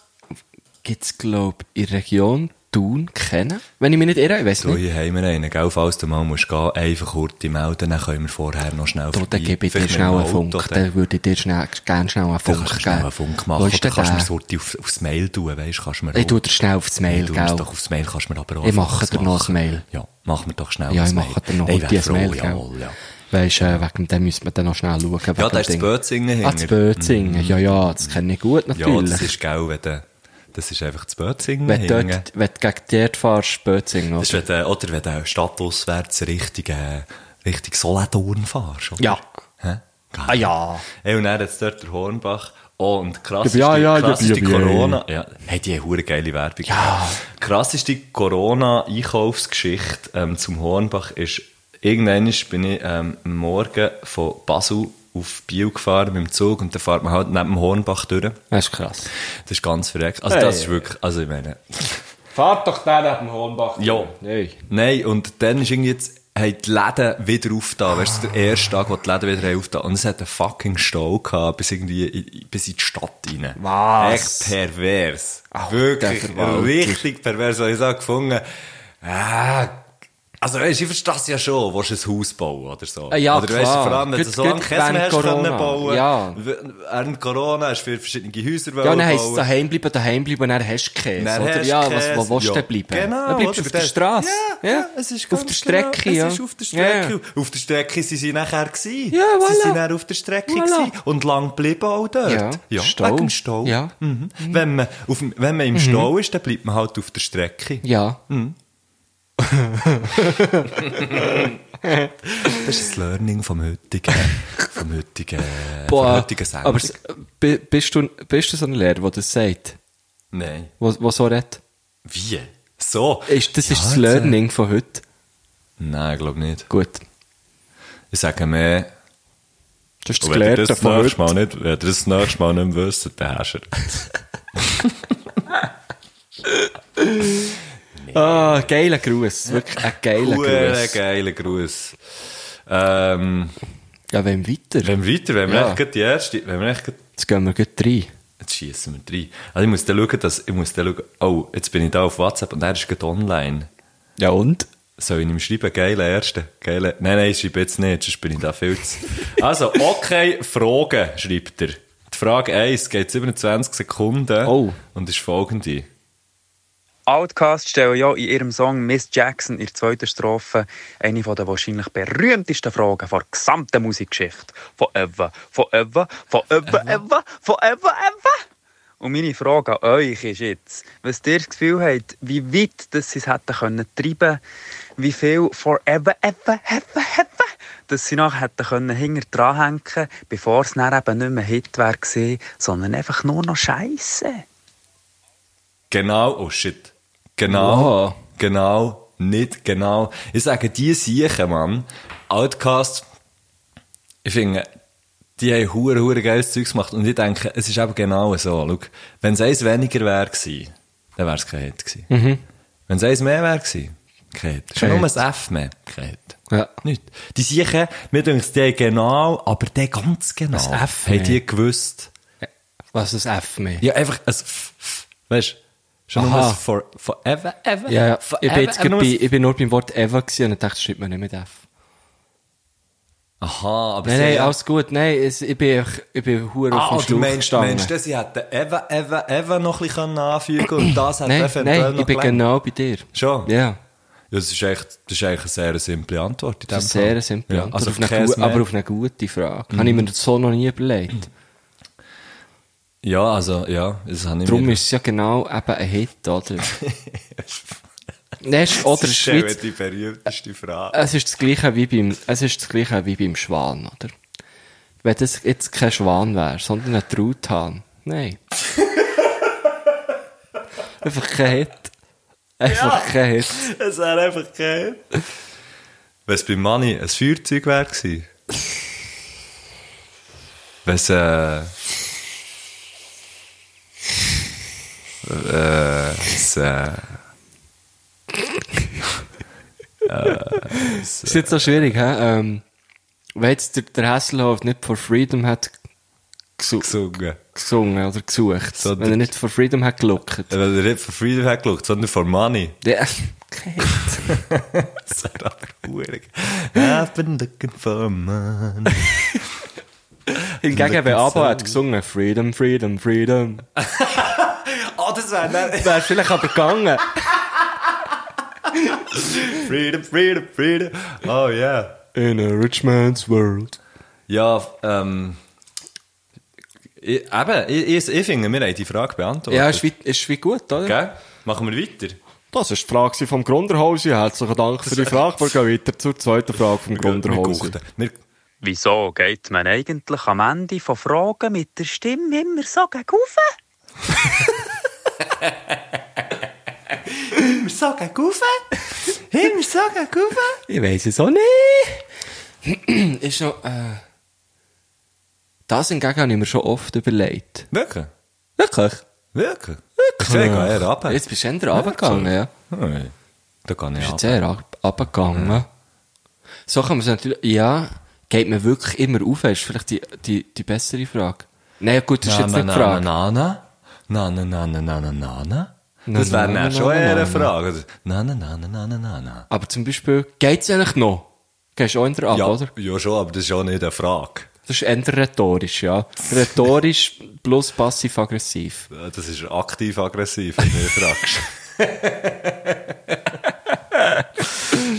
gibt's glaub in der Region Thun kennen. Wenn ich mich nicht irre, ich weiß Du, nicht. hier haben wir einen, gell? Falls du mal musst gehen, einfach kurz die melden, dann können wir vorher noch schnell Da, dann vorbei. gebe ich dir Vielleicht schnell mit einen dem Auto, Funk. Dann würde ich dir schnell, gerne schnell einen Dann Funk kannst du geben. schnell einen Funk machen. Wo ist Oder denn kannst du mir der? das Urteil auf, aufs Mail tun, weisst, kannst du mir Ich auch- tue dir schnell aufs Mail, Du musst gell? doch aufs Mail, kannst du mir aber auch Ich mache Fax dir noch machen. ein Mail. Ja, mach mir doch schnell ja, ein ich Mail. mache dir noch Nein, heute wär ein Mail, froh, gell? jawohl, ja. Weisst, äh, wegen dem müssen wir dann noch schnell schauen. wegen Ja, da dem ist das Ding. Bötzingen Ah, das Bötzingen. Ja, ja, das kenne ich gut, Ja, natürlich. das ist, gell, wenn du, Das ist einfach zu Bötzingen. Wenn du hängen. dort- wenn du gegen dort fährst, Bötzing noch. Das ist, wenn, du- oder wenn du stadtauswärts Richtung, äh, Richtung Solothurn fährst, oder? Ja. Hä? Geil. Ah ja. Ey, und dann jetzt dort der Hornbach. Oh, und krass Ja, ja, ja, krasseste ja, ja, ja. Corona... Ja, hey, die haben hure geile Werbung. Ja. Krasseste Corona-Einkaufsgeschichte ähm, zum Hornbach ist, irgendwann bin ich ähm, am morgen von Basel auf Biel gefahren mit dem Zug und dann fährt man halt neben dem Hornbach durch. Das ist krass. Das ist ganz verreckt. Also das ist wirklich... Also ich meine... Fahrt doch den neben dem Hornbach. Ja. Nein. Nein, und dann ist irgendwie jetzt, haben die Läden wieder aufgetan. Weißt du, der erste Tag, wo die Läden wieder haben aufgetan. Und es hat einen fucking Stau gehabt, bis irgendwie, in- bis in die Stadt rein. Was? Echt pervers. Ach, Wirklich, der Verwalter. richtig pervers. Weil ich so gefunden, äh, also, weißt du, ich verstehe es ja schon, willst du ein Haus bauen oder so. Ah, ja, oder weisst klar. du, vor allem, wenn du Gut- so lange gut, Käse während mehr hast können Corona. bauen. Ja. W- Während Corona hast du für verschiedene Häuser Ja, dann heisst es daheim bleiben, daheim bleiben, dann hast du Käse. Oh, Dann oder? hast du ja, Käse. was, wo willst du Ja. denn bleiben? Genau, dann bleibst oder? du auf der Dann- Straße. Ja, ja, es ist auf der ganz Strecke, genau, ja. Es ist auf der Strecke. Ja. Auf der Strecke sind sie nachher gewesen. Ja, Sie voilà. sind dann auf der Strecke Voilà. gewesen und lang geblieben auch dort. Ja, Stau. wegen dem Stau. Ja. Mhm. Mhm. Wenn, man auf, dem- wenn man im Stau ist, dann bleibt man halt auf der Strecke. Ja. Hm, Das ist das Learning vom [laughs] heutigen, vom heutigen, vom Boah, heutigen Sendung. aber s- bi- bist du, bist du so ein Lehrer, der das sagt? Nein. Wo, wo so redet? Wie? So? Ist, das Ja, ist das jetzt, äh, Learning von heute. Nein, ich glaube nicht. Gut. Ich sage mehr, Das ist das Und wenn ihr Gelehrte das von nächste heute. Mal nicht, wenn ihr das nächste Mal nicht mehr wisst, dann hast du Ah, geiler Gruß. Wirklich ein geiler Huere Gruß. geiler Gruß. Ähm, Ja, wem weiter? wenn wir weiter, wenn wir Ja. echt gerade die erste, wenn wir echt gerade, Jetzt gehen wir gleich rein. jetzt schießen wir drei. Also ich muss dann schauen, dass, ich muss dann schauen, oh, jetzt bin ich da auf WhatsApp und er ist gerade online. Ja, und? Soll ich ihm schreiben? Geile Erste. Geile. Nein, nein, ich schreibe jetzt nicht, sonst bin ich da viel zu. Also, okay, [laughs] Fragen, schreibt er. Die Frage 1 geht 27 Sekunden Oh. und ist folgende. Outcast stellen ja in ihrem Song Miss Jackson in der zweiten Strophe eine von der wahrscheinlich berühmtesten Fragen der gesamten Musikgeschichte. Forever, forever, forever, ever, forever, ever. Und meine Frage an euch ist jetzt, was ihr das Gefühl habt, wie weit das sie es hätten können treiben, wie viel forever, ever, ever, ever, dass sie nachher hätten können hinter dran hängen, bevor es dann eben nicht mehr Hit wäre gewesen, sondern einfach nur noch Scheiße. Genau, oh shit. Genau, Wow. genau, nicht genau. Ich sage, die Siechen, Mann, Outcast, ich finde, die haben hure, hure geiles Zeug gemacht und ich denke, es ist eben genau so. Schau, wenn es eins weniger wäre gewesen, dann wäre es kein Hit gewesen. Wenn es eins mehr wäre gewesen, kein Hit. Schon Mhm. Kein nur ein F mehr, kein Hit. Ja. Nicht. Die Siechen, mir denkt die haben genau, aber die ganz genau, Ein F haben mehr. die gewusst. Was ist das F mehr? Ja, einfach ein F. F weißt du? Schon Aha. nur ein for, Forever, ever. Ja, ja. Ich forever, bin, jetzt ever, gerade nur bei, ein- ich bin nur beim Wort Eva gewesen und dann dachte, ich, schreibt man nicht mit F. Aha, aber Nein, sie nein, haben- alles gut. Nein, es, ich bin, einfach- ich bin hure Ah, auf und dem du Schlauch meinst, gestanden. meinst, du, sie hätten Ever, Ever, Ever noch ein bisschen anfügen können und das hat nein, eventuell nein, noch ich bin gelangt. genau bei dir. Schon? Ja. Ja, das ist echt, das ist eigentlich eine sehr simple Antwort in Das ist dem eine Fall. sehr simple Ja, Antwort, also auf eine Käse gu- mehr. aber auf eine gute Frage. Mm. Habe ich mir das so noch nie überlegt. Ja, also, ja, das habe ich Darum mir- ist es ja genau eben ein Hit, oder? [laughs] Nein, es ist- oder Das es ist ist eben wie- die berühmteste Frage. es ist das gleiche wie beim, es ist das gleiche wie beim Schwan, oder? Wenn das jetzt kein Schwan wäre, sondern ein Truthahn. Nein. [laughs] Einfach kein Hit. Einfach kein Hit. Es wäre einfach geil. Wenn es beim Manni ein Feuerzeug wäre gewesen. Wenn es, äh, äh, es, äh, Ist jetzt so schwierig, hä? Ähm, wenn jetzt der, der Hasselhoff nicht for Freedom hat gesu gesungen. gesungen oder gesucht, So, wenn der- er nicht for Freedom hat gelockt. Wenn er nicht von Freedom hat geschaut, sondern von Money. Ja, [laughs] kein Hit. Das wäre aber [laughs] ruhig. I've been looking for money. Hingegen, Looking wenn so- Abba hat gesungen, Freedom, Freedom, Freedom, Oh, das wäre dann... wäre vielleicht aber [laughs] gegangen. Freedom, Freedom, Freedom. Oh, yeah. ehm, In a rich man's world. Ja, ähm. Ich, eben, ich, ich, ich finde, wir haben die Frage beantwortet. Ja, ist wie, ist wie gut, oder? Gell? Machen wir weiter. Das war die Frage vom Grunderhausi. Herzlichen Dank für die Frage. Wir gehen weiter zur zweiten Frage vom Grunderhausi. Wir, Wieso geht man eigentlich am Ende von Fragen mit der Stimme immer so gegen rauf? Immer so gegen rauf. Immer so gegen rauf. Ich weiß es auch nicht. ist noch, äh, das hingegen habe ich mir schon oft überlegt. wirklich? Wirklich? Wirklich? Ich sehe gar eher runter. Jetzt bist du eher runtergegangen, ja. Hey, Da kann ich Bist jetzt runter. eher ab- runtergegangen. So kann man es natürlich, ja, geht man wirklich immer auf, ist vielleicht die, die, die bessere Frage. Nein, gut, das ist jetzt na, nicht die Frage. Na, na, na, na, na, na, na, na, na, na. Na, Das wäre na, na, dann schon na, eher na, eine na. Frage. oder? Na, na, na, na, na, na, na, na. Aber zum Beispiel, geht's eigentlich noch? Gehst du auch eher ab, Ja, oder? ja, schon, aber das ist auch nicht eine Frage. Das ist eher rhetorisch, ja. Rhetorisch plus passiv-aggressiv. Ja, Das ist aktiv-aggressiv, wenn du mich fragst.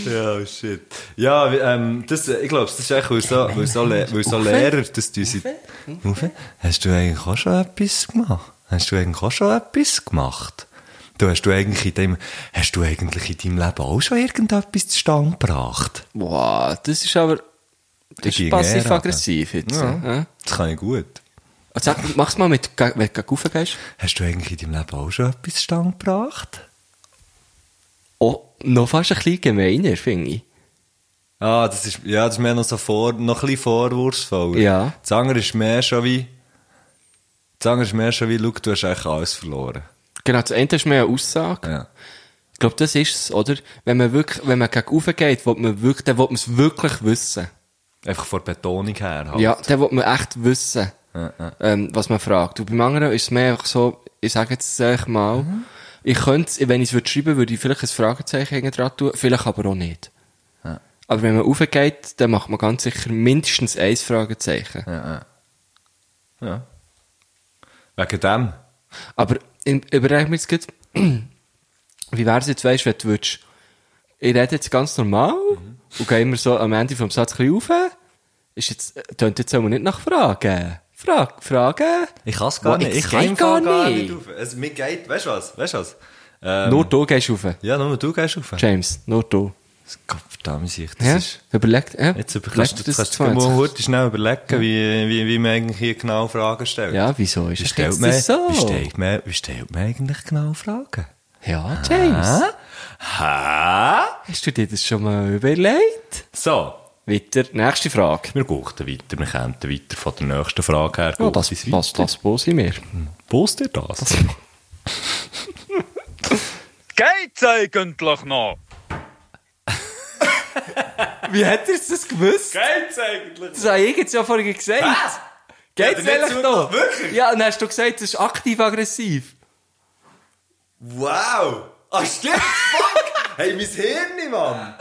ja, oh shit. Ja, wie, ähm, das, äh, ich glaube, das ist echt, weil so, weil so, Le- weil so Lehrer, dass die sind... Uwe, hast du eigentlich auch schon etwas gemacht? Hast du eigentlich auch schon etwas gemacht? Du hast du eigentlich in deinem, hast du eigentlich in deinem Leben auch schon irgendetwas zustande gebracht? Wow, das ist aber, Ich das ist ging eher passiv-aggressiv jetzt. Ja. Ja. Das kann ich gut. Also, sag, mach's mal mit, wenn du gegen raufgehst. Hast du eigentlich in deinem Leben auch schon etwas zustande gebracht? Oh, noch fast ein bisschen gemeiner, finde ich. Ah, das ist, ja, das ist mehr noch so vor, noch ein bisschen vorwurfsvoller. Ja. Das andere ist mehr schon wie, das andere ist mehr schon wie, schau, du hast eigentlich alles verloren. Genau, das Ende ist mehr eine Aussage. Ja. Ich glaube, das ist es, oder? Wenn man wirklich, wenn man gegen raufgeht, will man wirklich, dann will man es wirklich wissen. Einfach von der Betonung her halt. Ja, dann will man echt wissen, Ja, ja. Ähm, was man fragt. Und beim anderen ist es mehr einfach so, ich sage jetzt einfach mal, Mhm. ich könnte, wenn ich es schreiben würde, ich vielleicht ein Fragezeichen hinten dran tun, vielleicht aber auch nicht. Ja. Aber wenn man raufgeht, dann macht man ganz sicher mindestens ein Fragezeichen. Ja, ja. ja. Wegen dem. Aber in- überleg mir jetzt gut, [clears throat] wie wär's jetzt, weisst, wenn du würdest, ich rede jetzt ganz normal Mhm. und gehe immer so am Ende vom Satz ein bisschen rauf, ist jetzt, äh, tönt jetzt auch nicht nach Fragen. Frag, Fragen? Ich kann es gar Wo- nicht. Ich kann kann im gar Fall nicht. rauf. Es, Also, mir geht, weißt du was, weißt du was? Ähm, Nur du gehst rauf. Ja, nur du gehst rauf. James, nur du. Gott verdammt, ich, das Ja, ist... überlegt, ja. Jetzt über, überlegt kannst, du- das kannst du zwar dir mal jetzt. heute schnell überlegen, wie, wie, wie man eigentlich hier genau Fragen stellt. Ja, wieso ist Wie es stellt, jetzt man, das so? wie, stellt man, wie stellt man eigentlich genau Fragen? Ja, James, dus Hä? Hä? hast du dir das schon mal überlegt? So, Weiter, nächste Frage. wir gucken weiter, wir kommen weiter von der nächsten Frage her. Oh, das, Geht es das, weiter? das, das in mir. Wusst ihr das? Geht's eigentlich noch? Wie hat er dus das gewusst? Geht's eigentlich? Das habe ich jetzt ja vorhin gesagt. Was? Geht's Ja, aber nicht ehrlich so- noch? wirklich? Ja, dann hast du gesagt, das ist aktiv-aggressiv. Wow! Ah, stimmt, fuck! hey, mein Hirn, Mann!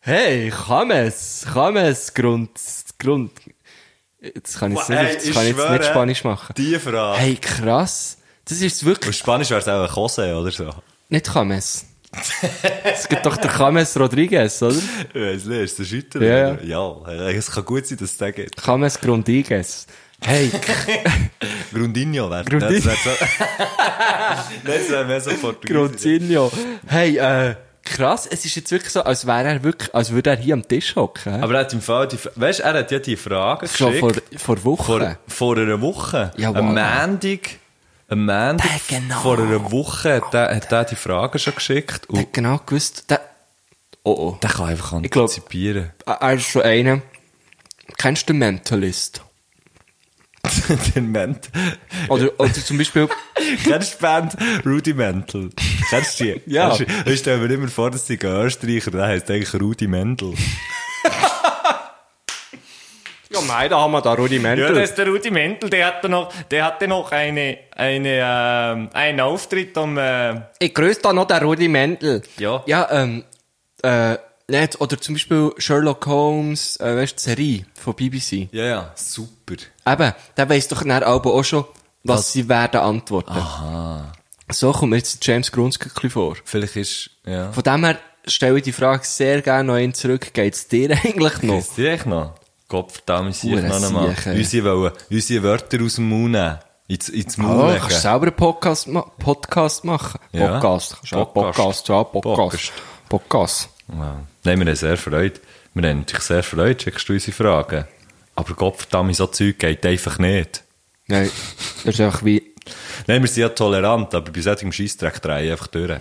Hey, kann es, kann es, Grund, Grund. Jetzt kann ich es nicht, Hey, jetzt kann ich jetzt schwöre, nicht Spanisch machen. Die Frage. Hey, krass. Das ist Auf wirklich Spanisch wäre es auch ein Jose oder so. nicht [laughs] Chames. es gibt doch den Chames Rodriguez, oder? Ich weiss nicht, ist das Schütter? Ja, oder? ja. Es kann gut sein, dass es den gibt. Chames Grundiguez. [laughs] Hey, Grundinho wäre Grundinho. das. wär so- [laughs] Nein, das wäre mehr so Portugiesisch. Grundinho. Hey, äh, krass. Es ist jetzt wirklich so, als wäre er wirklich, als würde er hier am Tisch hocken. hä? Aber er hat im Fall, die, weißt, er hat ja die Frage Schon geschickt, vor, vor Wochen. vor, vor einer Woche. Ja, am voilà. nou. Montag, am Montag Da genau. vor einer Woche hat er, hat er die Frage schon geschickt Der und hat genau gewusst, der, oh oh, der kann einfach Ich glaub- [laughs] antizipieren. er ist so einer. Kennst du den Mentalist? Mental. Oder, oder zum Beispiel, Kennst du die Band Rudimental? Kennst du die? [laughs] Ja. Kennst du- Ich stelle mir immer vor, dass die gehen Österreicher, der heisst eigentlich Rudimental. [laughs] ja nein, da haben wir da Rudi Ja, Mental. das ist der Rudi Mendel, der hatte noch, der hatte noch eine, eine, ähm, einen Auftritt am, äh, ich grüße da noch den Rudi Mental. Ja. Ja, ähm, äh, nicht, oder zum Beispiel Sherlock Holmes, äh, weißt du, die Serie von BBC. Ja, ja, super. Eben, der weiss doch dann aber auch schon, was, sie werden antworten. Aha. So kommt mir jetzt James Grunske ein bisschen vor. Vielleicht ist, ja. Von dem her stelle ich die Frage sehr gerne noch einen zurück. Geht's dir [laughs] eigentlich noch? Ist dir echt noch? Gottverdammt, ich noch Hure einmal. Sieche. Unsere, wollen, unsere Wörter aus dem Mund nehmen. Ins, ins Maul Oh, du legen. kannst selber einen Podcast, ma Podcast machen. Ja. Podcast. Kannst auch Podcast. Podcast. Ja, Podcast. Podcast. Podcast. Wow. Nein, wir haben sehr Freude. Wir haben natürlich sehr Freude, schickst du unsere Fragen. Aber Gottverdammt, so Zeug geht einfach nicht. Nein, das ist einfach wie, Nein, wir sind ja tolerant, aber bei solchem Scheissdreck drehe ich [laughs] einfach durch.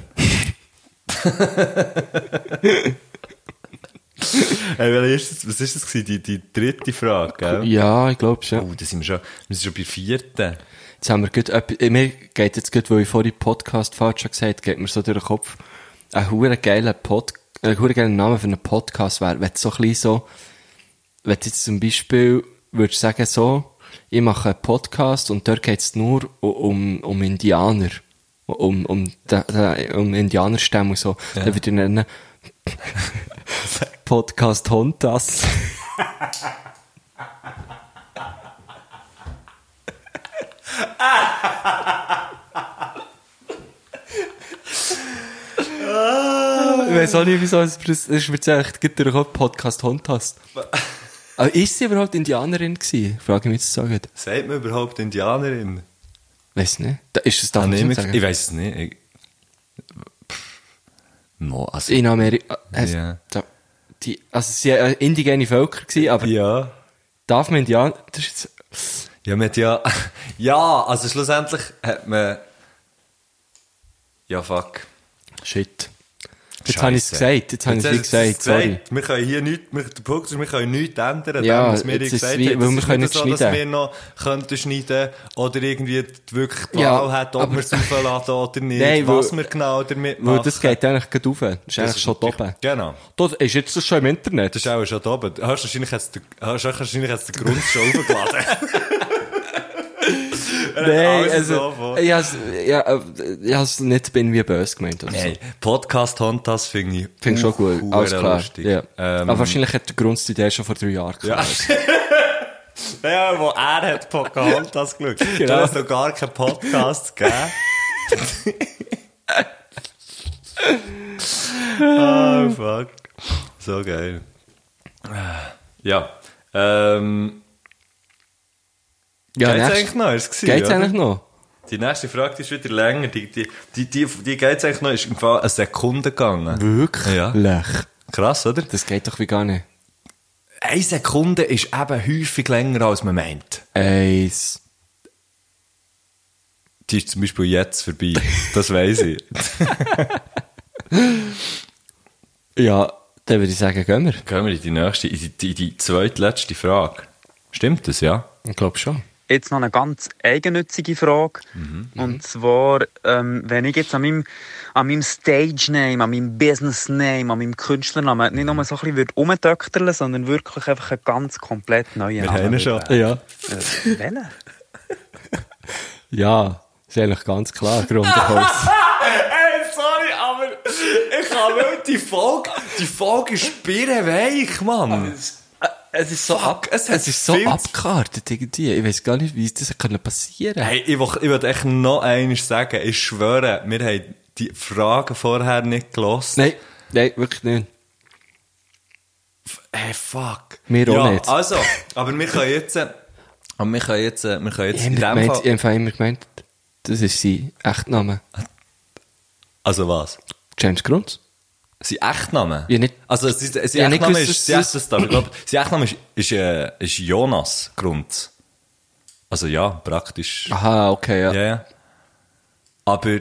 hey, welche ist das, was ist das gewesen? Die, die dritte Frage, gell? ja, ich glaube schon. Oh, da sind wir schon, wir sind schon bei der vierten. Jetzt haben wir gut, etwas- äh, mir geht jetzt gut, weil ich vorhin Podcast falsch schon gesagt habe, geht mir so durch den Kopf. Ein hure geiler Pod, ein hure geiler Name für einen Podcast wäre, wenn du so ein bisschen so, wenn du jetzt zum Beispiel, würdest sagen so, ich mache einen Podcast und dort geht es nur u- um, um Indianer. Um, um, da- da- um Indianerstämme und so. Dann würde ich nennen, Podcast Hontas. Ich weiß auch nicht, wieso es das ist mir echt gibt dir auch Podcast [laughs] Hontas. Aber ist sie überhaupt Indianerin gewesen? Frage ich mich jetzt so gut. Sagt man überhaupt Indianerin? Weiß nicht. Da ist es da Ah, nee, nicht ich sagen. ich weiß es nicht. Ich, Pff. no, also, In Amerika. Äh, Ja. da, die, also sie waren indigene Völker, gewesen, aber ja. darf man Indianer. Das ist jetzt, Ja, man hat ja, [laughs] ja, also schlussendlich hat man, ja, fuck. shit. Jetzt habe ich es gesagt. Jetzt habe ich es wie hast du gesagt. Sorry. Wir können hier nichts, wir- der Punkt ist, wir können nichts ändern, Ja, dem, was wir jetzt hier ist gesagt es wie- haben. weil Es wir ist können nicht nicht so, dass schneiden. wir noch könnten schneiden oder irgendwie die- wirklich die Ja, Wahl hat, ob aber- wir es aufladen oder nicht, Nein, was weil- wir genau damit machen. Weil das geht eigentlich gerade rauf. Das ist Das eigentlich ist schon natürlich- oben. Genau. Das ist jetzt schon im Internet. Das ist auch schon da oben. Hast wahrscheinlich jetzt den, hast wahrscheinlich jetzt den Grund schon aufgeladen. [laughs] Nein, Alles also, so vor. ich has, ja, äh, ich has nicht bin wie böse gemeint. oder so. Hey, Podcast Hontas finde ich, Finde ich schon hu- gut. Alles hu- klar. lustig. Ja. Ähm, Aber wahrscheinlich hat der Grund die Idee schon vor drei Jahren Ja. [laughs] gehabt. [laughs] Ja, wo er hat Pocahontas geschaut. [laughs] Genau. Da Genau. hat es noch gar keinen [laughs] Podcast gegeben. oh, fuck. So geil. Ja. Ähm, Ja, geht's nächst- eigentlich noch? Ist es gewesen, Geht's oder? eigentlich noch? Die nächste Frage die ist wieder länger. Die, die, die, die, die geht's eigentlich noch? Ist im Fall eine Sekunde gegangen. Wirklich? Ja. Krass, oder? Das geht doch wie gar nicht. Eine Sekunde ist eben häufig länger, als man meint. Eins. die ist zum Beispiel jetzt vorbei. Das weiß [laughs] ich. Ja, dann würde ich sagen, gehen wir. Gehen wir in die nächste, in die, die, die zweitletzte Frage. Stimmt das, ja? Ich glaube schon. Jetzt noch eine ganz eigennützige Frage. Mhm. Und zwar, ähm, wenn ich jetzt an meinem, an meinem Stage-Name, an meinem Business-Name, an meinem Künstlernamen nicht nur so ein bisschen rumdöckterle, sondern wirklich einfach einen ganz komplett neuen Wir Namen haben ihn schon. würde. Ja. Äh, Welchen? Ja. Ist eigentlich ganz klar, [laughs] Grundhaus. Hey, sorry, aber ich kann nicht die Folge. Die Folge ist birrenweich, Mann. es ist so ab, es hat es ist so viel zu- abgekartet irgendwie. Ich weiß gar nicht, wie das können passieren. Hey, ich will, ich will echt noch eines sagen. Ich schwöre, wir haben die Fragen vorher nicht gelesen. Nein, nein, wirklich nicht. Hey, fuck. Wir auch nicht. Also, aber wir können jetzt. äh, Aber wir können jetzt, äh, wir können jetzt Ich in habe dem immer, Fall. hab immer gemeint, das ist sein Echtname. Also was? James Grunz. Sein Echtname? Ja, nicht- Also, sein, sein Ja, nicht Echtname gewusst, ist, dass sein das- Echtname, ich glaube, sein Echtname ist, ist, äh, ist Jonas Grund. Also, ja, praktisch. Aha, okay, Ah, ja. Ja, ja. Aber,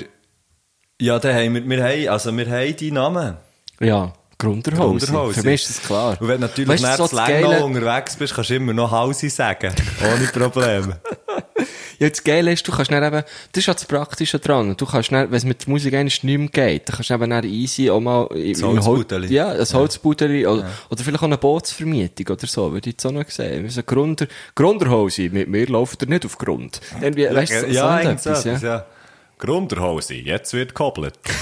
ja, dann haben wir, wir haben, also, wir haben deinen Namen. Ja, Grunderhausen. Grunderhausen. Für mich ist das klar. Und wenn du natürlich Weißt du, nach so so das lang noch Geile, unterwegs bist, kannst du immer noch Hausi sagen. Ohne Probleme. ja, das Geile ist, du kannst dann eben, das ist ja das Praktische dran. Du kannst dann, wenn es mit der Musik eigentlich nicht mehr geht, dann kannst du eben dann easy auch mal im- im Hol- Holzbudeli. Ja, ein Holzbudeli oder, oder vielleicht auch eine Bootsvermietung oder so, würde ich jetzt auch noch sehen. So Grunder, Grunderhausen, mit mir läuft er nicht auf Grund. Irgendwie, [laughs] weißt du, so, ja, so irgend so etwas, ja. etwas, ja. Grunderhose, jetzt wird gekoppelt. [laughs]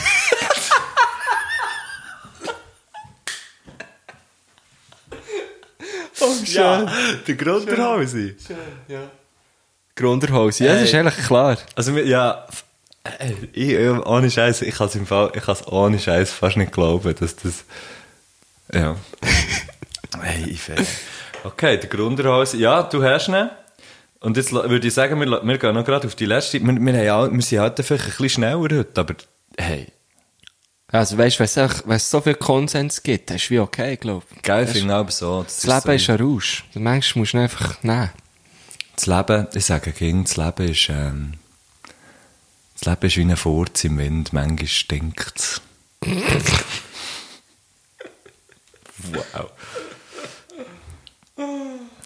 Oh, schön. Ja, der Grunderhose. Grunderhausen, ja, das ist eigentlich klar. Also, wir- ja, f- äh, ich, äh, ohne Scheiß, ich kann es im Fall, ich kann es ohne Scheiß [laughs] fast nicht glauben, dass das, ja. hey, ich fäll. Okay, der Grunderhose. Ja, du hast ihn. Und jetzt la- würde ich sagen, wir, la- wir gehen noch gerade auf die letzte. Wir, wir, haben, all- wir sind halt vielleicht ein bisschen schneller heute, aber hey, Also weißt du, wenn es so viel Konsens gibt, das ist wie okay, glaube ich. geil finde ich auch so. Das, Das Leben so- ist ein Rausch. Manchmal musst du ihn einfach nehmen. Das Leben, ich sage gegen, das Leben ist, ähm, das Leben ist wie ein Furz im Wind, manchmal stinkt es. wow.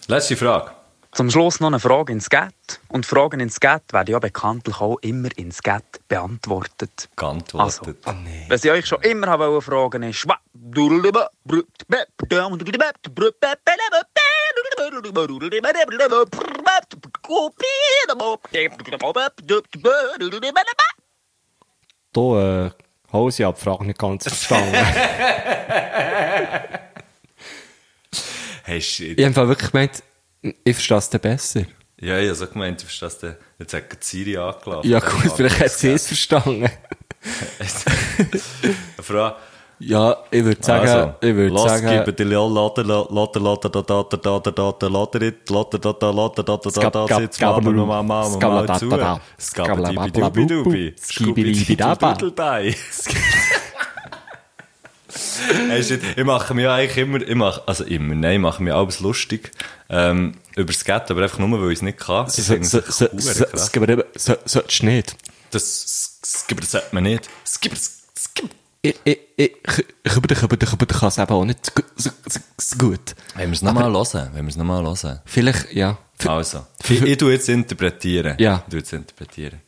Letzte Frage. Zum Schluss noch eine Frage ins Gett. Und Fragen ins Gett werden ja bekanntlich auch immer ins Gett beantwortet. Geantwortet. ah, Also, Was ich euch schon immer habe wollen fragen ist, schwa- Da äh, Hose ab, frage nicht ganz verstanden. Hey, shit. ich habe wirklich gemeint, ich verstehe es dann besser. Ja, ich habe so gemeint, du verstehst den. Jetzt hat gerade Siri angelaufen. Ja gut, vielleicht hat sie es verstanden. Eine Frage. Ja, ich würde sagen, ich würde los, sagen, gib Also, dir Leon, Lotter, Lotter, Lotter, Lotter, Lotter, Lotter, Lotter, Lotter, it, Lotter, Lotter, Lotter, Lotter, Skab- Lotter, gab- sitz, gabel- Mama, Mama, Mama, Mama, skabla- zu. da- da- da. Skabidi-bidubi-dubi. Skibidi-bidi-daba. [laughs] Skibidi-bidi-dudeltei. Hey, shit, Ich mache mir eigentlich immer, ich mache, also immer, nein, ich mache mir alles lustig, ähm, über das Ghetto, aber einfach nur, weil ich es nicht kann. Ich so- finde so- es so- verdammt so- krass. es gibt eben- so- solltest du nicht. Das, das gibt es sagt man nicht. Das gibt es, das gibt Ich, ich, ich, ich, ich, ich, ich, ich, ich kann es eben auch nicht so- so- so- so gut. Wenn wir es nochmal hören, wenn wir es nochmal hören. Vielleicht, ja. Also, ich, ich tu jetzt interpretieren. Ja. Ich tu jetzt interpretieren.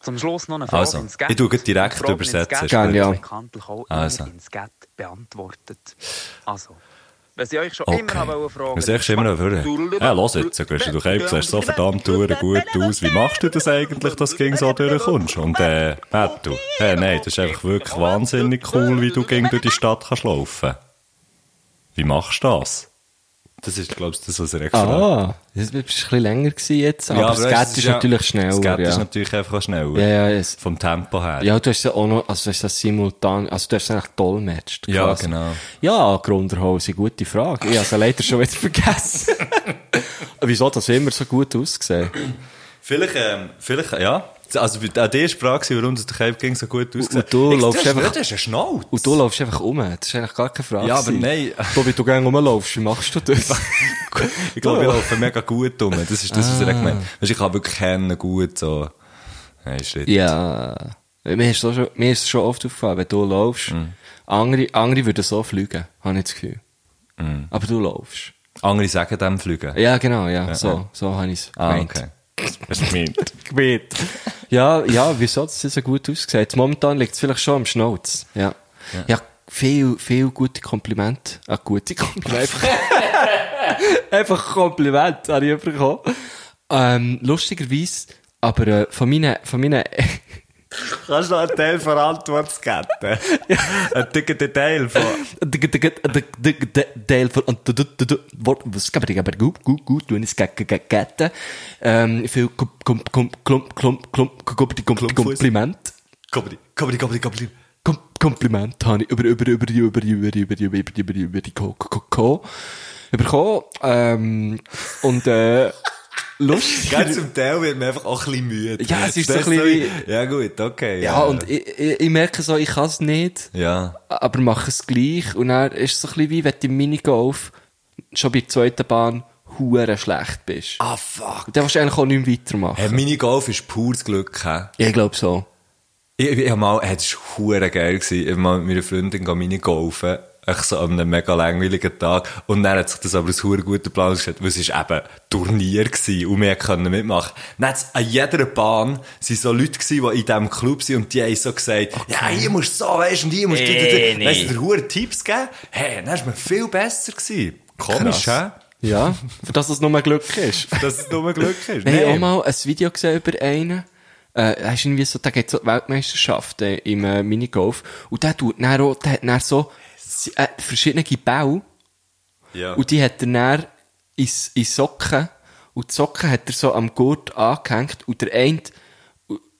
Zum Schluss noch eine Frage Also, ins Gett. ich tue gleich direkt Und Fragen übersetzen, ins Gett ist gut. werden Ja. bekanntlich auch immer Also. ins Gett beantwortet. Also, was ich euch schon Okay. immer habe wollen fragen Was sagst du immer noch? Ja, los jetzt, Christian, du kämpfst, siehst so verdammt hure gut aus. Wie machst du das eigentlich, dass du gegen so durchkommst? Und, äh, Matt, du, hey, nein, das ist einfach wirklich wahnsinnig cool, wie du gegen durch die Stadt kannst laufen. Wie machst du das? Das ist, glaubst du, das, was er gefragt hat. Ah, das war ein bisschen länger gewesen jetzt, aber das weißt, Gate ist natürlich schneller. Das Gate ja. ist natürlich einfach schneller. Ja, ja, es- Vom Tempo her. Ja, du hast ja auch noch, also du hast das simultan, also du hast es eigentlich dolmetscht. Ja, quasi. genau. Ja, Grunderhose, gute Frage. Ich habe sie leider schon wieder vergessen. [laughs] Wieso das immer so gut ausgesehen? Vielleicht, ähm, vielleicht, ja. Also, an dir sprach sie, warum das Cape ging so gut aussieht. und du Ey, läufst hast- einfach- Du hast einen Schnauz. Und du läufst einfach um, das ist eigentlich gar keine Frage. Ja, aber gewesen. nein. Du, wie du gerne rumläufst, wie machst du [laughs] das? Ich glaube, ich laufe mega gut um. Das ist das, was er gemeint hat. Weisst, Ich kann wirklich kennen gut so. Hey, shit. ja. Mir ist, so schon, mir ist es schon oft aufgefallen, wenn du läufst, Mm. andere, andere würden so fliegen, habe ich das Gefühl. Mm. Aber du läufst. Andere sagen dem Flügen. Ja, genau, ja, ja. so, so habe ich es Ah, okay. Das ist mein. Ja, ja, wieso hat es so gut ausgesehen? Momentan liegt es vielleicht schon am Schnauz. Ja. Ja, viel, viel gute Komplimente. Ah, gute Komplimente. Einfach, einfach Komplimente habe ich bekommen. Ähm, lustigerweise, aber äh, von meinen, von meinen, [laughs] Kannst du noch einen Teil Verantwortungskette? Ein dicker Teil von. Teil von Wort, was kann man aber gut, gut, gut, wenn ich es gette, ähm, viel Kom- Kom- Kom- Klump, Klump, Klump, Klump, Klump, Kompliment. Komm, komm, komm, komm. Kom Kompliment habe ich über, über, über, über, über, über, über, über, über, über, über die Ko, Ko, Ko, Ko überkommen. Ähm, und, [laughs] äh, lustig. Ganz zum Teil wird man einfach auch ein bisschen müde. Ja, es ist so Das ein bisschen so wie- Ja, gut, okay. ja, und ich, ich, ich merke so, ich kann es nicht, Ja, aber mache es gleich. Und dann ist es so ein bisschen wie, wenn du im Minigolf schon bei der zweiten Bahn hure schlecht bist. Ah, Äh. fuck. Dann willst du eigentlich auch nicht mehr weitermachen. hey, Minigolf ist pures Glück. hä? Ich glaube so. Ich, ich, ich hab mal, hey, das war hure geil. Gewesen. Ich hab mal mit meiner Freundin go Minigolfen. Echt so an einem mega langweiligen Tag. Und dann hat sich das aber als hure guter Plan gestellt, weil es ist eben Turnier gewesen und wir können mitmachen. Dann hat's an jeder Bahn sind so Leute gewesen, die in diesem Club waren und die haben so gesagt, ja, hier musst du so, weisst du, und hier musst du, du, du. Dann hast du dir hure Tipps gegeben. Hey, dann ist man viel besser gewesen. Komisch, hä? Ja. [laughs] Für das es nur Glück ist. Dass es nur Glück ist. Wir haben auch mal ein Video gesehen über einen. Äh, hast irgendwie so, da geht so die Weltmeisterschaft äh, im äh, Minigolf. Und der tut dann auch, der hat dann so si- äh, verschiedene Bälle. Ja. Und die hat er dann in, in Socken. Und die Socken hat er so am Gurt angehängt. Und der eine,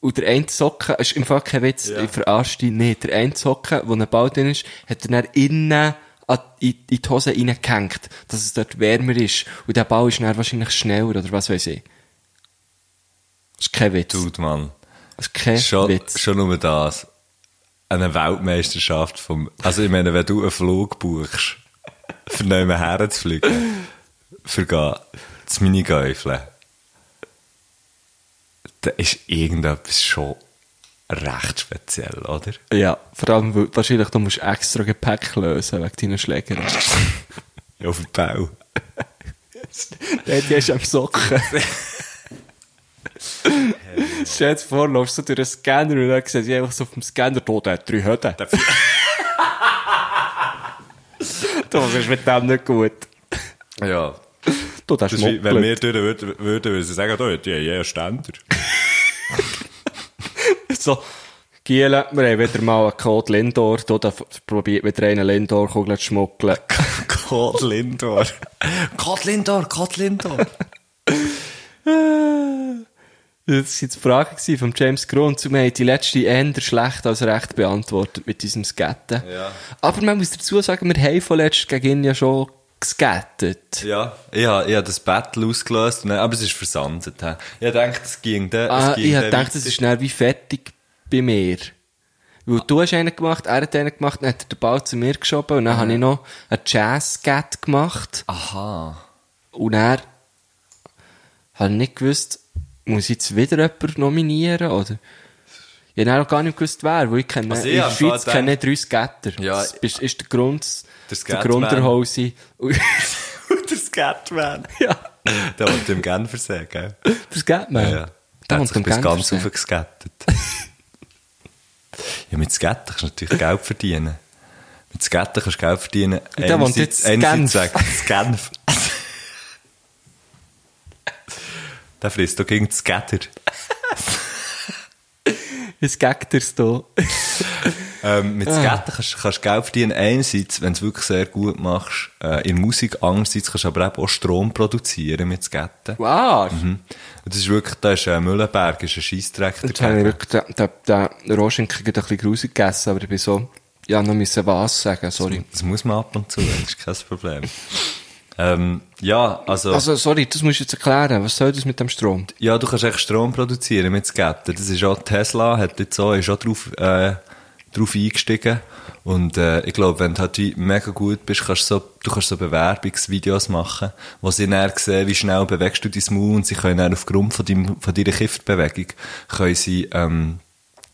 und der eine Socken, ist im Fall kein Witz, ich verarsche dich nicht. Der eine Socken, wo ein Ball drin ist, hat er dann innen an- in, in die Hose reingehängt, dass es dort wärmer ist. Und der Ball ist dann wahrscheinlich schneller oder was weiß ich. Das ist kein Witz. Dude, Mann. Das ist kein Schon, Witz. schon nur das. Eine Weltmeisterschaft vom, also ich meine, wenn du einen Flug buchst, für neu herzufliegen, für ga- zu Minigäufeln, da ist irgendetwas schon recht speziell, oder? Ja, vor allem, weil wahrscheinlich du musst extra Gepäck lösen wegen deinen Schlägern. Ja, Auf dem Bau. Der die ist am Socken. Stell dir vor, läufst du durch einen Scanner und dann siehst du einfach so auf dem Scanner, da, der hat drei Hüten. [laughs] das ist mit dem nicht gut. Ja. Du, der Das ist wie, wenn wir schmuggelt. durch würden, würden wir sagen, oh, ja, ja, Ständer. So, Gielen, wir haben wieder mal einen Code Lindor. Da da probiert wieder einen Lindor-Kugel zu schmuggeln. Kot Lindor. Kot Lindor, Kot Lindor. Das war die Frage gewesen von James Grund. Wir haben die letzte eher schlecht als recht beantwortet mit diesem Skatten. Ja. Aber man muss dazu sagen, wir haben von letztem gegen ihn ja schon geskattet. Ja, ich habe, ich habe das Battle ausgelöst, und dann- aber es ist versandet. hä. Ich dachte, es ging dann. Ah, es ging ich habe dann gedacht, das weiter. ist dann wie fertig bei mir. Weil du hast einen gemacht, er hat einen gemacht, dann hat er den Ball zu mir geschoben und dann Ah. habe ich noch einen Jazz-Skat gemacht. Aha. Und er hat nicht gewusst, muss ich jetzt wieder jemanden nominieren, oder? Ich habe auch gar nicht gewusst, wer, weil ich kenne, Also ich in der hab Schweiz gedacht- kenne ich drei Skatter. Ja, das ist, ist der Grund, Der der, Skatman. Grund der Hose. Und- Und der Scatman. [laughs] ja, [laughs] Der wollte im Genfer sehen, gell? Äh, der Skatman. Ja. Der Der hat wohnt sich im bis ganz Genfersee. raufgeskattet. ja, mit Skatten kannst du natürlich Geld verdienen. Mit Skatten kannst du Geld verdienen. Und der wohnt jetzt in einerseits Genf. sagt es Genf. [laughs] der frisst doch gegen die Skatter. Es geckt er's da. Ähm, mit Skaten kannst du kannst du Geld verdienen. Einerseits, wenn du es wirklich sehr gut machst, äh, in Musik. Andererseits kannst du aber eben auch Strom produzieren mit Skaten. [laughs] Wow! Mhm. Und Das ist wirklich, da ist äh, Müllenberg, ist ein Scheissdreck. Jetzt habe ich dagegen. wirklich den, den, den Rohschinken gerade ein bisschen grusig gegessen, aber ich bin so, ja, noch müssen was sagen, sorry. Das muss man ab und zu, das ist kein Problem. ähm, ja, also, Also, sorry, das musst du jetzt erklären. Was soll das mit dem Strom? ja, du kannst echt Strom produzieren mit Skaten. Das ist auch Tesla, hat jetzt auch, ist auch drauf, äh, drauf eingestiegen. Und, äh, ich glaube, wenn du halt wie mega gut bist, kannst du so, du kannst so Bewerbungsvideos machen, wo sie dann sehen, wie schnell bewegst du dein Maul und sie können dann aufgrund von, deinem, von deiner Kiftbewegung, können sie, ähm,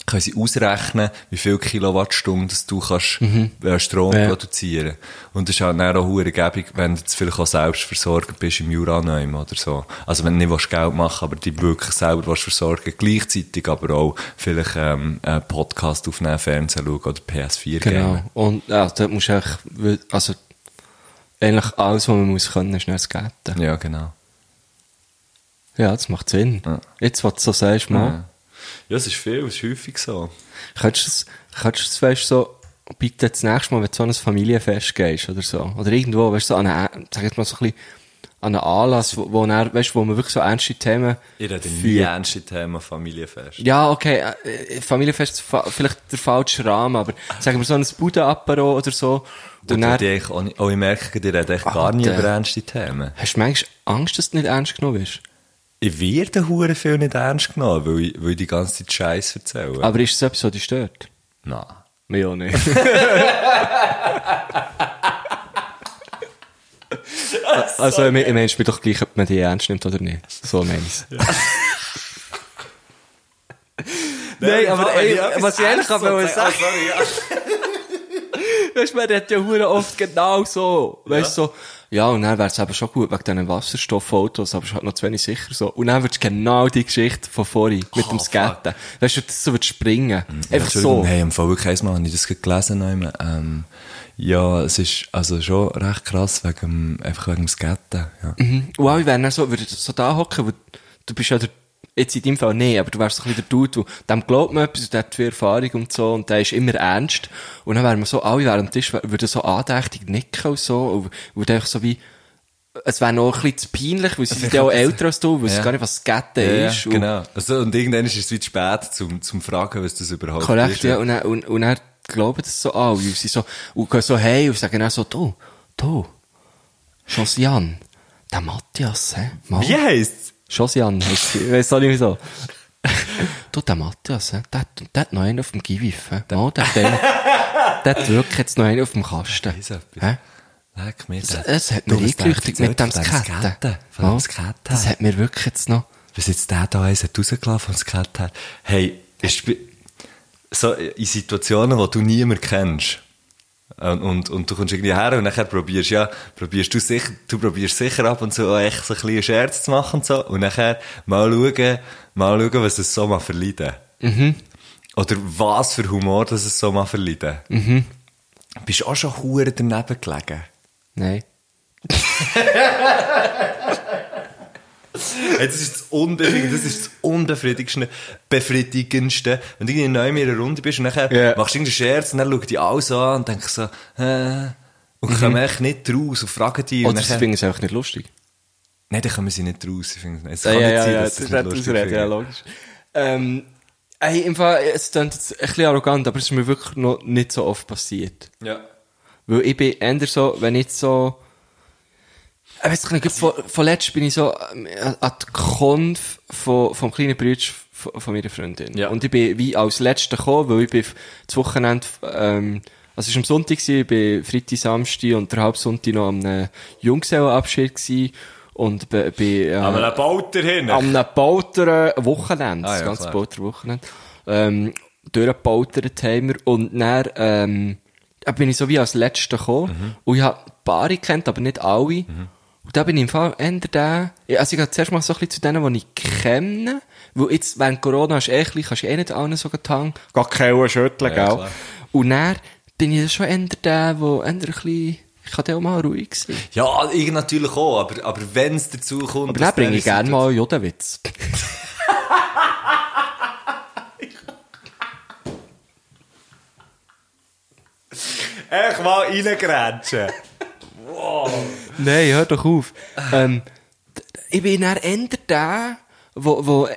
können sie ausrechnen, wie viel Kilowattstunden dass du kannst, äh, Strom Mhm. Ja. produzieren Und das ist halt dann auch verdammt gäbig, wenn du jetzt vielleicht auch selbst versorgt bist im Juranheim oder so. Also wenn du nicht willst Geld machen aber dich wirklich selber willst versorgen gleichzeitig aber auch vielleicht ähm, einen Podcast aufnehmen, Fernsehen schauen oder PS4 Genau. gamen. Und, ja, da musst du eigentlich, also, eigentlich alles, was man muss können, ist nicht skaten. Ja, genau. Ja, das macht Sinn. Ja. Jetzt, was du so sagst, mal. Ja, es ist viel, es ist häufig so. Könntest du es, könntest du es, weißt, so, bitte das nächste Mal, wenn du so an ein Familienfest gehst oder so, oder irgendwo, weißt du, so an einen, sag jetzt mal so ein bisschen, an einen Anlass, wo, wo, dann, weißt, wo man wirklich so ernste Themen Ich rede nie führt. ernste Themen Familienfest. Ja, okay, äh, Familienfest ist fa- vielleicht der falsche Rahmen, aber sagen wir so ein Buddha-Apero oder so. Und Und dann Ah, die ich auch, nicht, auch ich merke, die reden echt gar nie Alter. über ernste Themen. hast du manchmal Angst, dass du nicht ernst genommen wirst. Ich werde hure viel nicht ernst genommen, weil ich, weil ich die ganze Zeit Scheiß erzähle. Aber ist es etwas, was dich stört? Nein. Mir auch [laughs] nicht. also, ich meine, es mir doch gleich, ob man die ernst nimmt oder nicht. So meine ich's. [laughs] Nein, aber ey, was ich ehrlich aber wollte sagen, weißt du, man redet ja hure oft genau so. Weißt du, so, ja, und dann wär's eben schon gut wegen diesen Wasserstoffautos, aber es ist halt noch zu wenig sicher so. Und dann würdest du genau die Geschichte von vorhin mit dem Skaten. Weißt du, das so würdest springen. Einfach so. Nein, im Fall wirklich einmal habe ich das gerade gelesen. Neumann. Ähm, ja, es ist also schon recht krass wegen, dem- einfach wegen dem Skaten. Ja. Und alle wären dann so, würden so da hocken, weil du bist ja der, jetzt in deinem Fall nicht, aber du wärst so ein bisschen der Dude, der, dem glaubt man etwas, und der hat viel Erfahrung und so, und der ist immer ernst. Und dann wären wir so, alle wären am Tisch, wär- würden so andächtig nicken und so, und würden einfach so wie, es wäre noch ein bisschen zu peinlich, weil sie sind ja auch älter als du, weil sie Ja. gar nicht was Skaten Ja, ist. und- genau. Also, und irgendwann ist es zu spät, zum, zum fragen, was das überhaupt Korrekt, ist. ja. Und, dann- und, und er glaube das so alle. Und sie so, und gehen so hey und sagen dann so, du, du, Josian, der Matthias, hä? Mal. Wie heisst's? Josian heisst sie. Ich weiss auch nicht wieso. du, der Matthias, hä? Der, hat- der hat noch einen auf dem Giviff, hä? Mal, der, hat einen- der hat wirklich jetzt noch einen auf dem Kasten. Weiss etwas. Hä? Leck mir Das, das hat mir eingeleuchtet mit dem Sketten. Von Mal, dem Sketten. Das hat mir wirklich jetzt noch... Was jetzt der da eins hat rausgelassen vom Skat her. Hey, ist, bei- so in Situationen, wo du niemanden kennst, und, und, und du kommst irgendwie her und nachher probierst, ja, probierst du sicher, du probierst sicher ab und zu auch echt so ein bisschen einen Scherz zu machen und so, und nachher mal schauen, mal schauen, was es so mal verleiden. Oder was für Humor, dass es so mal verleiden. Bist auch schon hure daneben gelegen. Nein. Hey, das ist das unbefriedigende, das ist das unbefriedigendste, befriedigendste. Wenn du irgendwie neu in einer Runde bist und nachher Ja. machst du irgendeinen Scherz und dann schaut die alles an und denkst so, äh, und kommen echt nicht raus und fragen die und Mhm. Oder sie nachher, finden es einfach nicht lustig. nein, dann kommen sie nicht raus. Ich finde, es kann nicht sein, dass sie es nicht lustig finden. ja, logisch. Ähm, ey, im Fall, es klingt jetzt ein bisschen arrogant, aber es ist mir wirklich noch nicht so oft passiert. Ja. Weil ich bin eher so, wenn ich so, ich weiss nicht, gerade vor, vorletzt bin ich so ähm, an an die Konf von, vom kleinen Bruder von, von meiner Freundin. Ja. Und ich bin wie als Letzter gekommen, weil ich bin f- das Wochenende, ähm, also es war am Sonntag, gewesen, ich bin Freitag, Samstag und der Halbsonntag noch am äh, Junggesellenabschied gewesen und bin, bin äh, Aber ein Bauter hin. am einem Polteren Wochenende, Ah, das ja, ganze klar. Polteren Wochenende, ähm, durchgepoltert haben wir und dann, ähm, da bin ich so wie als Letzter gekommen Mhm. und ich habe ein paar gekannt, aber nicht alle. Und da bin ich im Fall eher der, Ja, also ich gehe zuerst mal so ein bisschen zu denen, die ich kenne, weil jetzt, während Corona ist eh ein bisschen, kannst du eh nicht allen so getankt, gar keine schütteln, Ja, gell? klar. Und dann bin ich schon eher der, der eher ein bisschen, ich kann dann auch mal ruhig sein. Ja, ich natürlich auch, aber, aber wenn es dazu kommt... Aber dass dann bringe der ich gerne mal einen Jodenwitz. Echt mal reingrätschen. Nein, hör doch auf. ähm, d- ich bin dann eher der, wo, wo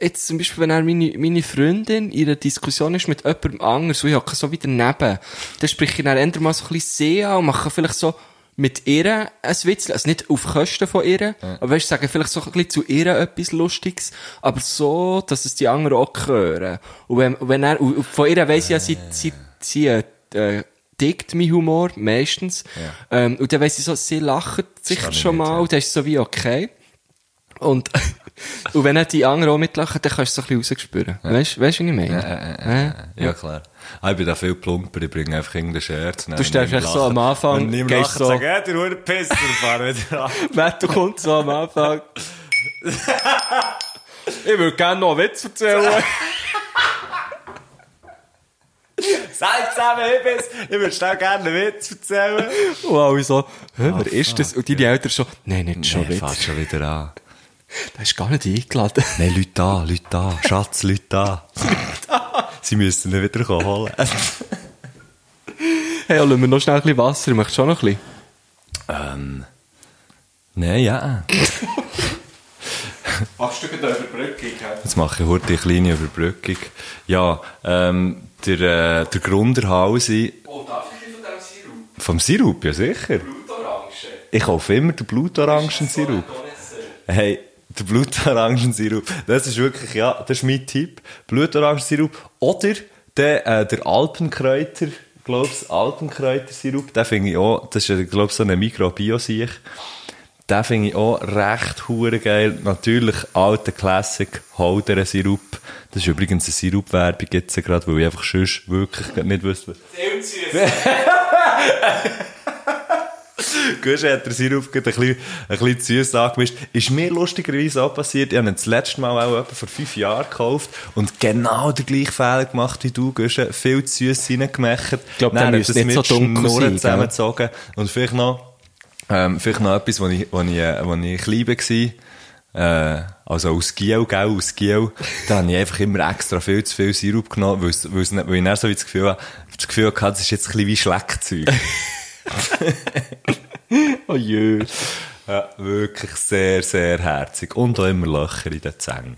jetzt zum Beispiel, wenn er meine, meine Freundin in einer Diskussion ist mit jemandem anders, und ich hocke so wieder neben, dann spreche ich dann eher mal so ein bisschen sie an und mache vielleicht so mit ihr ein Witz, also nicht auf Kosten von ihr, aber weißt, sagen vielleicht so ein bisschen zu ihr etwas Lustiges, aber so, dass es die anderen auch hören. Und wenn, wenn er, und und von ihr weiss ich ja, sie, sie, sie, äh, äh, dickt mein Humor, meistens. Ähm, und dann weiss ich so, sie lachen sicher ich schon nicht, mal, ja. und dann ist es so wie okay. Und, [laughs] und wenn dann die anderen auch mitlachen, dann kannst du es so ein bisschen rausspüren. Weißt du, weißt, du, was ich meine? Äh? [laughs] Ja, klar. Ah, ich bin da viel plumper, ich bringe einfach irgendeinen Scherz. Du stehst echt so am Anfang, gehst gehst lachen, so- sag, Ja, der Hurenpisser fahren wieder an. Matthew kommt so am Anfang. ich würde gerne noch einen Witz [laughs] erzählen. Seltsame Hibbis, ich würde schnell gerne einen Witz erzählen. Und alle so, hä, wer ist das? Und deine Eltern schon, nein, nicht [laughs] schon Nee, Witz. fährt schon wieder an. Der ist gar nicht eingeladen. [laughs] Nein, Leute da, Leute da, Schatz, Leute da. Sie müssen ihn wieder holen. hey, lassen wir noch schnell ein bisschen Wasser, möchtest du schon noch ein bisschen? ähm. Nein, ja. Machst du gerade eine Überbrückung? Jetzt mache ich heute eine kleine Überbrückung. Ja, ähm, der, äh, der Grunderhausi. Oh, darf ich von dem Sirup? Vom Sirup, ja sicher. Ich kaufe immer den Blutorangen-Sirup. Hey, der Blutorangensirup. Das ist wirklich, ja, das ist mein Tipp. Blutorangensirup. Oder der, äh, der Alpenkräuter, glaub's, Alpenkräutersirup. Den finde ich auch, das ist, glaub's, so eine Mikrobiosiech. Den finde ich auch recht hure geil. Natürlich alter Classic Holder Sirup. Das ist übrigens eine Sirupwerbung jetzt gerade, weil ich einfach sonst wirklich grad nicht wüsste. [laughs] Gusch hat der Sirup gerade ein bisschen, ein bisschen süß angemischt. Ist mir lustigerweise auch passiert. Ich habe ihn das letzte Mal auch etwa vor fünf Jahren gekauft und genau den gleichen Fehler gemacht wie du, Gusch. Viel zu süß reingemacht. Ich glaub, der müsste nicht so dunkel sein, gell? zusammengezogen. Und vielleicht noch, ähm, vielleicht noch etwas, wo ich, wo ich, äh, wo ich klein war. Äh, also aus Giel, gell, aus Giel, da habe ich einfach immer extra viel zu viel Sirup genommen, weil, es- weil, es nicht- weil ich dann so wie das Gefühl, das Gefühl hatte, das ist jetzt ein bisschen wie Schleckzeug. [laughs] Oh jö. Ja, wirklich sehr, sehr herzig. Und auch immer Löcher in den Zähnen.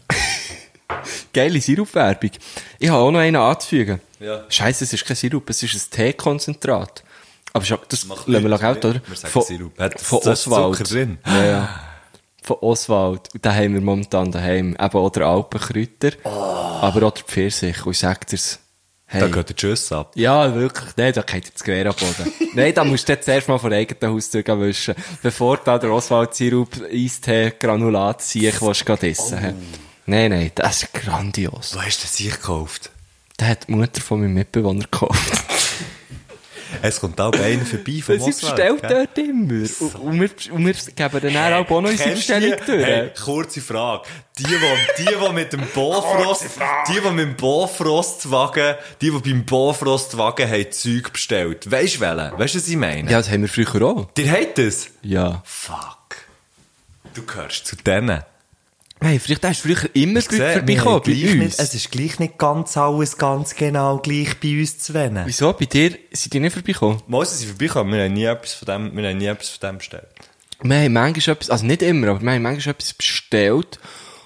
geile Sirupwerbung. Ich habe auch noch einen anzufügen. Ja. Scheiße, es ist kein Sirup, es ist ein Teekonzentrat. Aber schon, das Macht lassen wir nichts. auch, oder? Wir sagen Von, Sirup. Hat von das Zucker Oswald. drin? Ja, ja. Von Oswald. Und den haben wir momentan daheim. Eben auch der Alpenkräuter, Oh. aber auch der Pfirsich. Und ich sage dir's, hey. Da geht der Tschüss ab. Ja, wirklich. Nein, da geht jetzt quer am [laughs] Boden. Nein, da musst du jetzt zuerst mal vor eigenen Haustür gehen wischen, bevor da der Oswald Sirup Eistee Granulat siehst, was du gerade essen hast. Oh. Nein, nein, das ist grandios. Wo hast du das sich gekauft? Den hat die Mutter von meinem Mitbewohner gekauft. [laughs] Es kommt auch einer vorbei vom Sie bestellt dort immer. Und, und, wir, und wir geben dann auch, auch noch unsere Bestellung durch. Hey, kurze Frage. Die, die, die, die mit dem Bofrost, die, die mit dem Bofrostwagen, die, die beim Bofrostwagen haben Zeug bestellt. Weisst du welchen? Weisst du, was ich meine? Ja, das haben wir früher auch. Dir hat das? Ja. Fuck. Du gehörst zu denen. Hey, vielleicht hast du früher immer Hast du Leute gesehen? Wir haben vorbeikommen gleich bei uns. nicht- Es ist gleich nicht ganz alles ganz genau gleich bei uns zu wenden. Wieso? Bei dir sind die nicht vorbeikommen? Moses ist vorbeigekommen, wir haben nie etwas von dem, wir haben nie etwas von dem bestellt. Wir haben manchmal etwas, also nicht immer, aber wir haben manchmal etwas bestellt.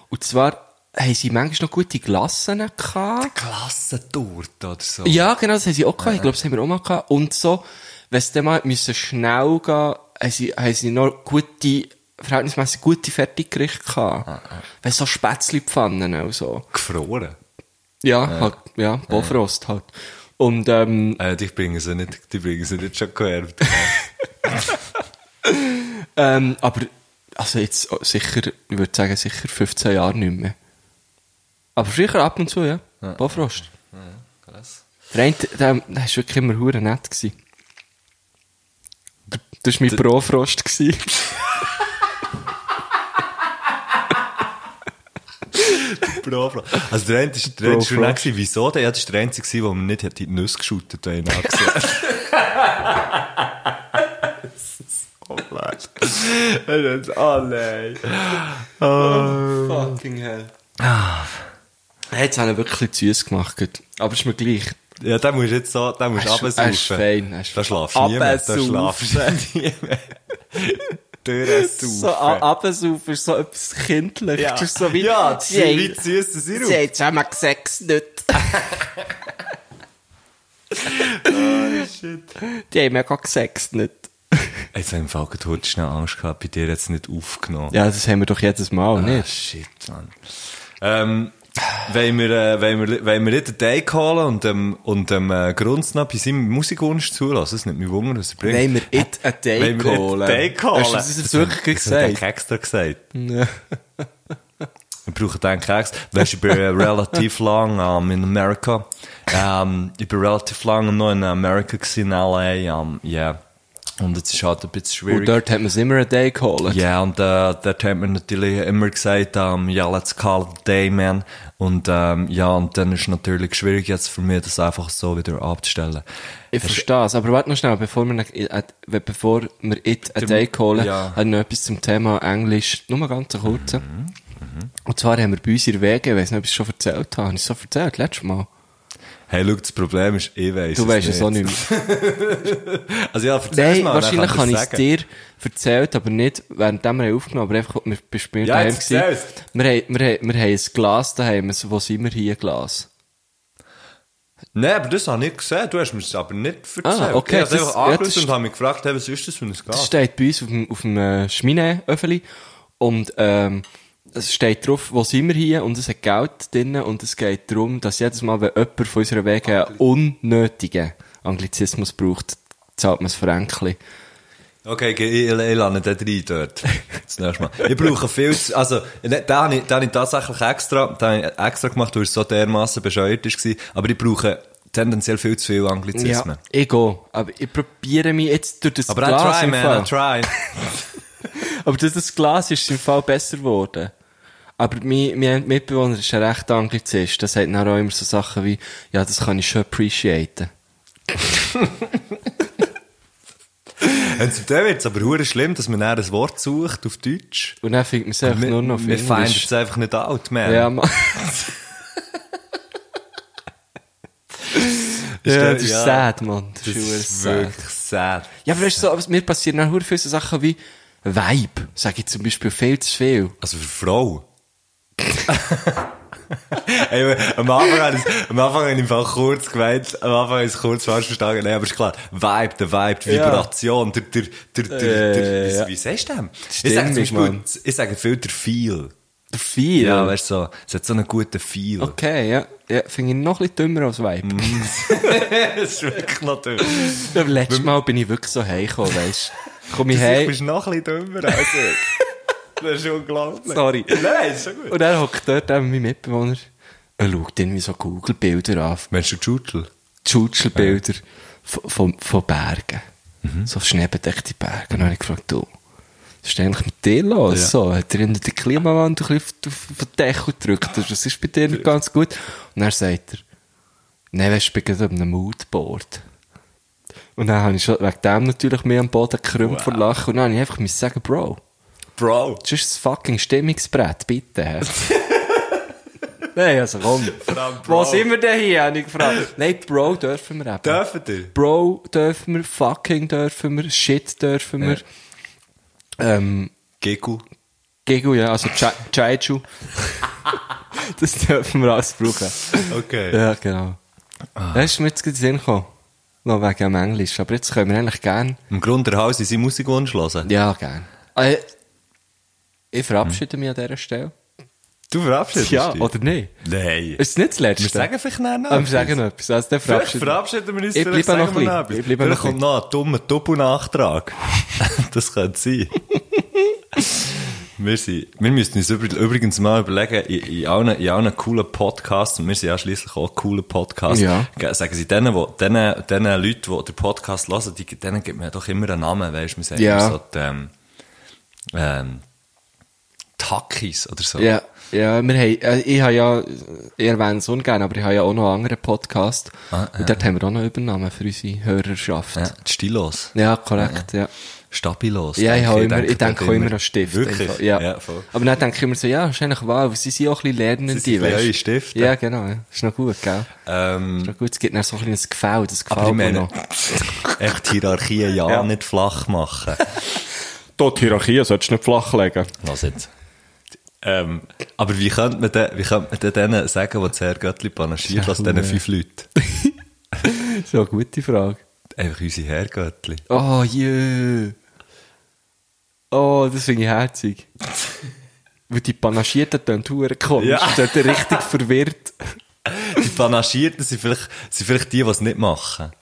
Und zwar haben sie manchmal noch gute Glassen gehabt. Klassentorte oder so. Ja, genau, das haben sie auch gehabt. Ich glaube, das haben wir auch mal gehabt. Und so, wenn es dann mal müssen schnell gehen haben sie, haben sie noch gute, verhältnismäßig gute Fertiggerichte gehabt. Weißt du, so Spätzlepfannen und so. Gefroren. Ja, halt, ja, Bofrost halt. Und, ähm, Äh, die bringen sie nicht, die bringen sie nicht schon geerbt. ähm, aber, also jetzt sicher, ich würde sagen, sicher 15 Jahre nicht mehr. Aber früher ab und zu, ja. Bofrost. Krass. Der eine, der, der war wirklich immer hure nett. Gewesen. Der- Das war mein Profrost. gewesen. Bro, Bro. Also der eine ist, der Bro, eine ist schon Bro. nett gewesen. wieso? Der, ja, das war der einzige, gewesen, wo man nicht hat in die Nüsse geschüttet hat. [laughs] Oh nein. Das ist- Oh nein. Fucking hell. Ah. Jetzt haben wir wirklich süß gemacht. gut. Aber ist mir gleich. Ja, den musst du jetzt so, den musst du Er ist- er ist runtersaufen. fein, er ist Da schlafst du nie mehr. Da schlafst du [laughs] nie mehr. Durchsaufen. ah, Abendsaufen ist so etwas kindlich. Ja. ja, das ist wie süß, das ist haben zusammen gesext, [laughs] nicht. Ah, Oh, Die haben mega gesext, nicht. Jetzt haben wir Fall gerade heute schnell Angst gehabt, bei dir jetzt nicht aufgenommen. Ja, das haben wir doch jedes Mal, Ah, nicht? shit, Mann. Ähm, wollen wir, äh, wollen wir, wollen wir den Dave holen und dem, und dem äh, Grunz noch bei seinem Musikwunsch zulassen? Das ist nicht mein Wunder, was er bringt. Wollen Äh, wir jetzt einen Date Wollen wir holen? einen Dave holen? Hast du das jetzt wirklich Das hat er gesagt? extra gesagt. [laughs] Wir brauchen den Keks. Weißt du, ich bin äh, relativ lang ähm, in Amerika. Ähm, ich bin relativ lang noch in Amerika gewesen, in L.A. Ähm, yeah. Und jetzt ist halt ein bisschen schwierig. Und dort hat man es immer einen Day geholt. Ja, und äh, dort hat man natürlich immer gesagt, ähm, ja, let's call it a day, man. Und ähm, ja, und dann ist es natürlich schwierig jetzt für mich, das einfach so wieder abzustellen. Ich verstehe es, aber warte noch schnell, bevor wir, noch- äh, äh, bevor wir it a day holen, ja. habe ich noch etwas zum Thema Englisch, nur mal ganz kurz. Und zwar haben wir bei uns in der WG, ich weiss nicht, ob ich es schon erzählt habe, habe ich es so erzählt, letztes Mal? Hey, schau, das Problem ist, ich weiß Du weißt es auch nicht mehr. Also ja, erzähl's Nein, mal, dann wahrscheinlich kann habe ich es sagen. dir erzählt, aber nicht während wir haben aufgenommen aber einfach, wir bist bei mir Ja, daheim jetzt gewesen. erzähl's. Wir haben, wir, haben, wir haben ein Glas daheim, ein- wo sind wir hier, Glas? Ah. Nein, aber das habe ich nicht gesehen. Du hast mir es aber nicht erzählt. Ah, okay, Ich habe das- einfach ja, angelöst das- und habe mich gefragt, hey, was ist das für ein Gas? Das steht bei uns auf dem, auf dem äh, Schmineöffeli. Und ähm, es steht drauf, wo sind wir hier und es hat Geld drin und es geht darum, dass jedes Mal, wenn jemand von unserer Wege einen unnötigen Anglizismus braucht, zahlt man es Fränkli. Okay, ich, ich, ich lande den drei dort. [laughs] Das nächste Mal. Ich brauche viel zu, also, ne, den habe ich, den habe ich tatsächlich extra, den habe ich extra gemacht, weil es so dermassen bescheuert war. Aber ich brauche tendenziell viel zu viel Anglizismen. Ich gehe. Aber ich probiere mich jetzt durch das Aber I Glas. try, im man, I Fall. try. Aber durch das Glas ist es im Fall besser geworden. Aber mein, mein Mitbewohner ist ein rechter Anglizist. Der sagt dann auch immer so Sachen wie, ja, das kann ich schon appreciaten. Und seitdem wird es aber hure schlimm, dass man dann ein Wort sucht auf Deutsch. Und dann findet man es einfach Wir- nur noch auf Wir finden Englisch. es einfach nicht out, man. Ja, [laughs] Mann. ja, das ist Ja. sad, Mann. Das, das ist, verdammt ist sad. wirklich sad. Ja, aber weißt du, so, was mir passieren dann hure viele so Sachen wie Vibe, sage ich zum Beispiel viel zu viel. [laughs] Also für Frau. Ey, am Anfang habe ich, am Anfang habe ich im Fall kurz gemeint, am Anfang habe ich es kurz falsch verstanden. Nein, aber ist klar. Vibe, der Vibe, die Ja. Vibration, der, der, der, der, der, Äh, wie, ja. Dus wie sagst du dem? Ich Stimmung, sage zum Beispiel, Mann. ich sage viel der Feel. Der Feel. Ja, weißt du, so, es hat so einen guten [laughs] Feel. Okay, ja. ja Finde ich noch ein bisschen dümmer als Vibe. Das ist wirklich noch [laughs] dümmer. Beim letzten Mal bin ich wirklich so heimgekommen, weißt du. Komm ich Du heim. bist noch ein bisschen dümmer als [laughs] ich. Das ist unglaublich. Sorry. Nein, ist so gut. Und er hockt dort eben mein Mitbewohner. Er schaut irgendwie so Google-Bilder an. Meinst du Judel? Schutzelbilder von, von, von Bergen. So schneebedeckte Berge. Und dann habe ich gefragt, du, was ist eigentlich mit dir los? Ja. So, hat dir nicht den Klimawandel ein bisschen auf, auf, auf den Deckel gedrückt? Oder Das ist bei dir nicht ganz gut. Und dann sagt er, nein, weißt du, ich bin gerade auf einem Moodboard. Und dann habe ich schon wegen dem natürlich mehr am Boden gekrümmt vor Lachen. Und dann habe ich einfach müssen sagen, Bro, Bro. das ist ein fucking Stimmungsbrett, bitte. hä? [laughs] Nein, also komm. Wo sind wir denn hier, habe ich gefragt. Nein, Bro dürfen wir eben. Dürfen ihr? Bro dürfen wir, fucking dürfen wir, shit dürfen wir. Ähm, Gegu. Gigu, ja, also Cha- [laughs] Chaiju. das dürfen wir alles brauchen. Okay. Ja, genau. Das ist mir jetzt gerade in den Sinn gekommen. Noch wegen dem Englisch. Aber jetzt können wir eigentlich gerne. Im Grunde der Haus in seine Musikwunsch hören. Ja, gerne. Äh, ich verabschiede mich an dieser Stelle. Du verabschiedest Ja, dich? oder nicht? Nein. Ist es nicht das Letzte? Wir sagen vielleicht nachher noch Ah, wir etwas. sagen noch etwas. Also, dann Vielleicht verabschieden. verabschieden wir uns. Ich vielleicht bleibe noch sagen wir ein bisschen. etwas. Ich bleibe Vielleicht noch ein kommt noch ein dummer Doppelnachtrag. [laughs] das könnte sein. Wir, sind, wir müssen uns übr- übrigens mal überlegen, in, in, allen, in allen coolen Podcasts, und wir sind ja schliesslich auch coole Podcasts, Ja. ge- sagen sie denen, wo, denen, denen Leuten, die den Podcast hören, die, denen gibt man ja doch immer einen Namen, weißt du, wir sagen Ja. immer so die, ähm, ähm, Takis oder so. Ja, ja, wir haben, äh, ich habe ja, ich erwähne es ungern, aber ich habe ja auch noch einen anderen Podcast. Ah, ja. Und dort haben wir auch noch Übernahmen für unsere Hörerschaft. Ja, Ja, die Stilos. korrekt, ja. Stabilos. Ja, ich, habe immer, denke ich denke auch dort immer an Stift. Wirklich? Ja. voll. aber dann denke ich immer so, ja, wahrscheinlich wahr, weil sie sind auch ein bisschen lernende, Sie sind ein bisschen weißt du. eure Stifte. Ja, genau, ja. Ist noch gut, gell? Ähm, Ist noch gut, es gibt dann so ein bisschen ein Gefälle, das gefällt aber ich mir meine, noch. [laughs] echt die Hierarchie ja, nicht flach machen. Dort Hierarchie solltest du nicht flach legen. Was jetzt? Ähm, aber wie könnte man denn, wie könnte man denn denen sagen, die das Herr Göttli panaschiert lässt, diesen fünf Leuten? Das ist eine gute Frage. Einfach unsere Herr Göttli. Oh, jö. Oh, das finde ich [laughs] herzig. Weil die Panaschierten tun Huren komisch. Ja. Ja. Die richtig [laughs] verwirrt. Die Panaschierten sind vielleicht, sind vielleicht die, die es nicht machen.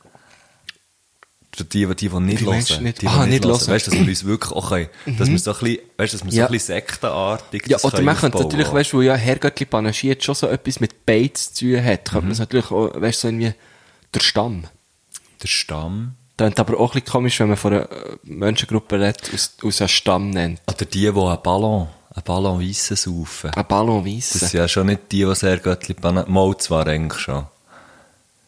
Die, die, die, die nicht Die hören. Menschen nicht- Die, die Ah, nicht hören. hören. Mhm. Weißt du, dass wir uns wirklich auch können, dass wir so ein bisschen, weißt du, dass wir so Ja. ein bisschen sektenartig Ja, das oder können man könnte aufbauen. natürlich, weißt du, wo ja Herrgöttli panaschiert schon so etwas mit Bates zu tun hat, Mhm. könnte man es natürlich auch, weißt du, so irgendwie der Stamm. Der Stamm. Das ist aber auch ein bisschen komisch, wenn man von einer äh, Menschengruppe redet, aus, aus einem Stamm nennt. Oder die, die einen Ballon, einen Ballon Weissen saufen. Ein Ballon Das sind Weisse. ja schon nicht die, die das Herrgöttli panaschiert. Mal zwar eigentlich schon.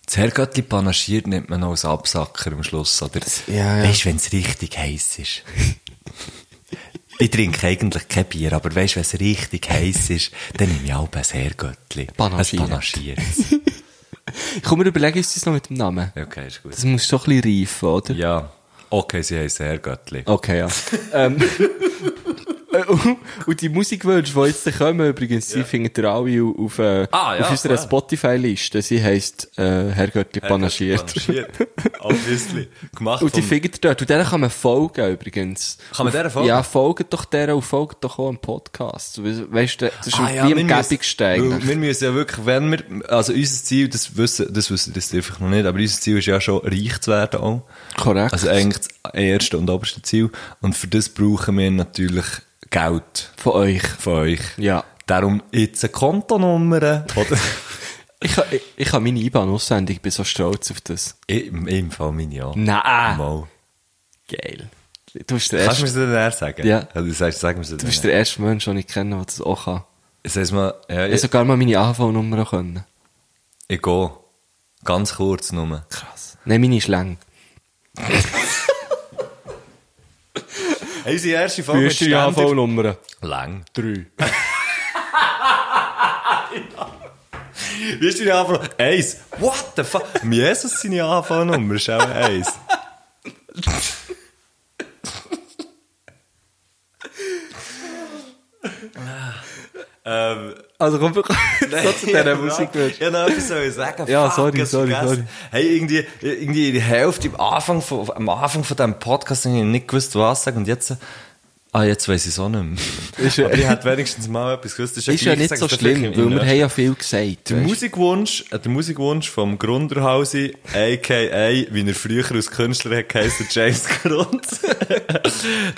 Das Herrgöttli panaschiert nimmt man noch als Absacker am Schluss, oder? ja, ja. Weißt du, wenn es richtig [laughs] heiß ist? ich trinke eigentlich kein Bier, aber weißt du, wenn es richtig heiß ist, dann nehme ich auch ein Herrgöttli. Panaschiert. Ein panaschiert. Komm, wir überlegen uns das noch mit dem Namen. Okay, ist gut. Das muss so ein bisschen reifen, oder? Ja. Okay, sie heißen Herrgöttli. Okay, [laughs] ja. ähm, äh, [laughs] und die Musikwünsche, die jetzt kommen, übrigens, die findet ihr alle auf, äh, Ah, ja, auf unserer klar. Spotify-Liste. Sie heisst äh, Herrgöttli panaschiert. Obviously. [laughs] Gemacht Und die vom- findet ihr dort. Und denen kann man folgen, übrigens. Kann man denen folgen? Ja, folgt doch deren und folgt doch auch am Podcast. We- Weißt du, das ist Ah, ja, wie wir am müssen- gäbigsten weil Wir eigentlich. müssen ja wirklich, wenn wir, also unser Ziel, das wissen, das wissen das einfach noch nicht, aber unser Ziel ist ja schon reich zu werden auch. Korrekt. Also eigentlich das erste und oberste Ziel. Und für das brauchen wir natürlich Geld Von euch. von euch. Ja. Darum jetzt eine Kontonummer. Oder? [laughs] Ich, kann- ich, ich habe meine IBAN aussendig, ich bin so stolz auf das. Im, im Fall mein Ja. Nein. Mal. Geil. Du bist der Kannst erste, du mir das denn eher sagen? Ja. Also, das heißt, sag mir das du denn bist eher. der erste Mensch, den ich kenne, der das auch kann. Das heißt mal, ja, Ich ich, hätte sogar mal meine AHV-Nummer können. ich gehe. Ganz kurz nur. Krass. Nein, meine ist lang. Hey, unsere erste Folge mit Ständer- AHV-Nummer? Lang. Drei. Wie ist deine AV-Nummer? Eins. What the fuck? Am Jesus seine AV-Nummer ist auch [laughs] eins. Ähm, Also komm, wir so zu dieser Musik wird. Ja, noch etwas soll ich sagen. Ja, Fuck, sorry, hab's sorry, vergessen. Hey, irgendwie, irgendwie die Hälfte am Anfang von, am Anfang von diesem Podcast habe ich nicht gewusst, was sagen. Und jetzt, ah, jetzt weiss ich es auch nicht mehr. Ist ja- Aber ich hätte wenigstens mal etwas gewusst. Ist ja gleich, nicht sag's so dir schlimm, vielleicht weil im wir haben Nachhinein. ja viel gesagt. der weisst du. Musikwunsch, äh, der Musikwunsch vom Grunderhausi, a.k.a., wie er früher als Künstler hat geheißen, James Grund. [laughs]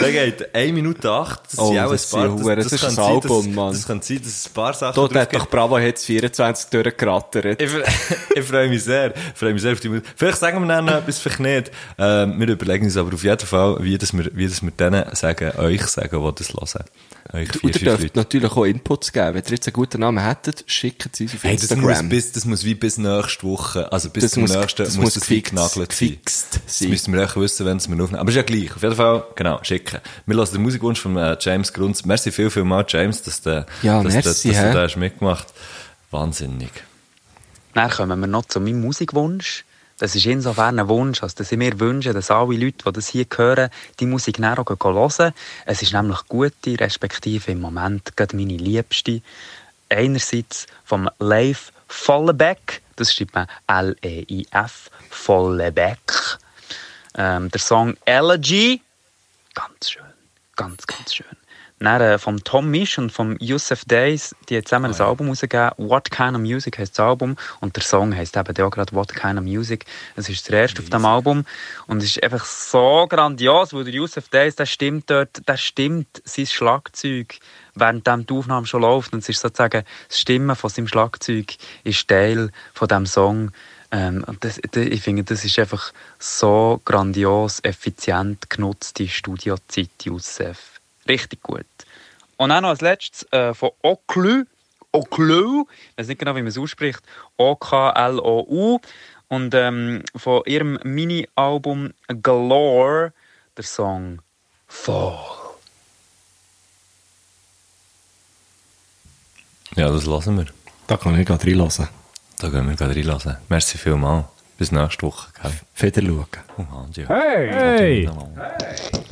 Der geht 1 Minute 8. Das Oh, sind auch ein das paar, sind Huren, das ist kann ein sein, dass- Album, Mann. Das kann sein, dass es ein paar Sachen Dort drauf hat gibt. doch Bravo jetzt 24 durchgerattert. Ich, fre- [laughs] ich freue mich sehr. Ich freue mich sehr auf die Musik. Vielleicht sagen wir dann noch etwas, vielleicht nicht. Ähm, wir überlegen uns aber auf jeden Fall, wie, das wir, wie das wir denen sagen, euch sagen, die das hören. Euch vier, Und ihr fünf dürft Leute. natürlich auch Inputs geben. Wenn ihr jetzt einen guten Namen hättet, schickt sie uns auf Hey, das muss, Instagram. bis, das muss wie bis nächste Woche, also bis zum nächsten, das muss muss das gefixt, geknagelt sein. gefixt Das sein. müssen wir auch wissen, wenn es mir aufnehmen. Aber ist ja gleich. Auf jeden Fall, genau, schicken. Wir lassen den Musikwunsch von äh, James Grunz. Merci viel, viel mal, James, dass du, Ja, dass, merci, dass, dass du hä? da hast mitgemacht. Wahnsinnig. Dann kommen wir noch zu meinem Musikwunsch. Das ist insofern ein Wunsch, als dass ich mir wünsche, dass alle Leute, die das hier hören, die Musik näher auch gehen hören. Es ist nämlich gute, respektive im Moment gerade meine Liebste. Einerseits vom Leif Vollebeck, das schreibt man L-E-I-F, Vollebeck. Ähm, der Song Elegy, ganz schön, ganz, ganz schön. Dann äh, vom Tom Misch und vom Yusuf Days, die haben zusammen ein Album rausgegeben. What Kind of Music heisst das Album und der Song heisst eben auch gerade What Kind of Music. Es ist der erste auf dem Album und es ist einfach so grandios, weil der Yusuf Days, der stimmt dort, der stimmt sein Schlagzeug, während dem die Aufnahme schon läuft und es ist sozusagen das Stimmen von seinem Schlagzeug ist Teil von dem Song. Ähm, und das, das, ich finde, das ist einfach so grandios, effizient genutzte Studiozeit, Youssef. Richtig gut. Und auch noch als letztes äh, von Oklü. Oklü. Ich weiß nicht genau, wie man es ausspricht. O-K-L-O-U. Und ähm, von ihrem Mini-Album Galore der Song Fall. Ja, das lassen wir. Da kann ich gerade reinlassen. Da gehen wir gerade reinlassen. Merci vielmals. Bis nächste Woche, gell? Feder schauen. Oh, Andi. Hey! Hey!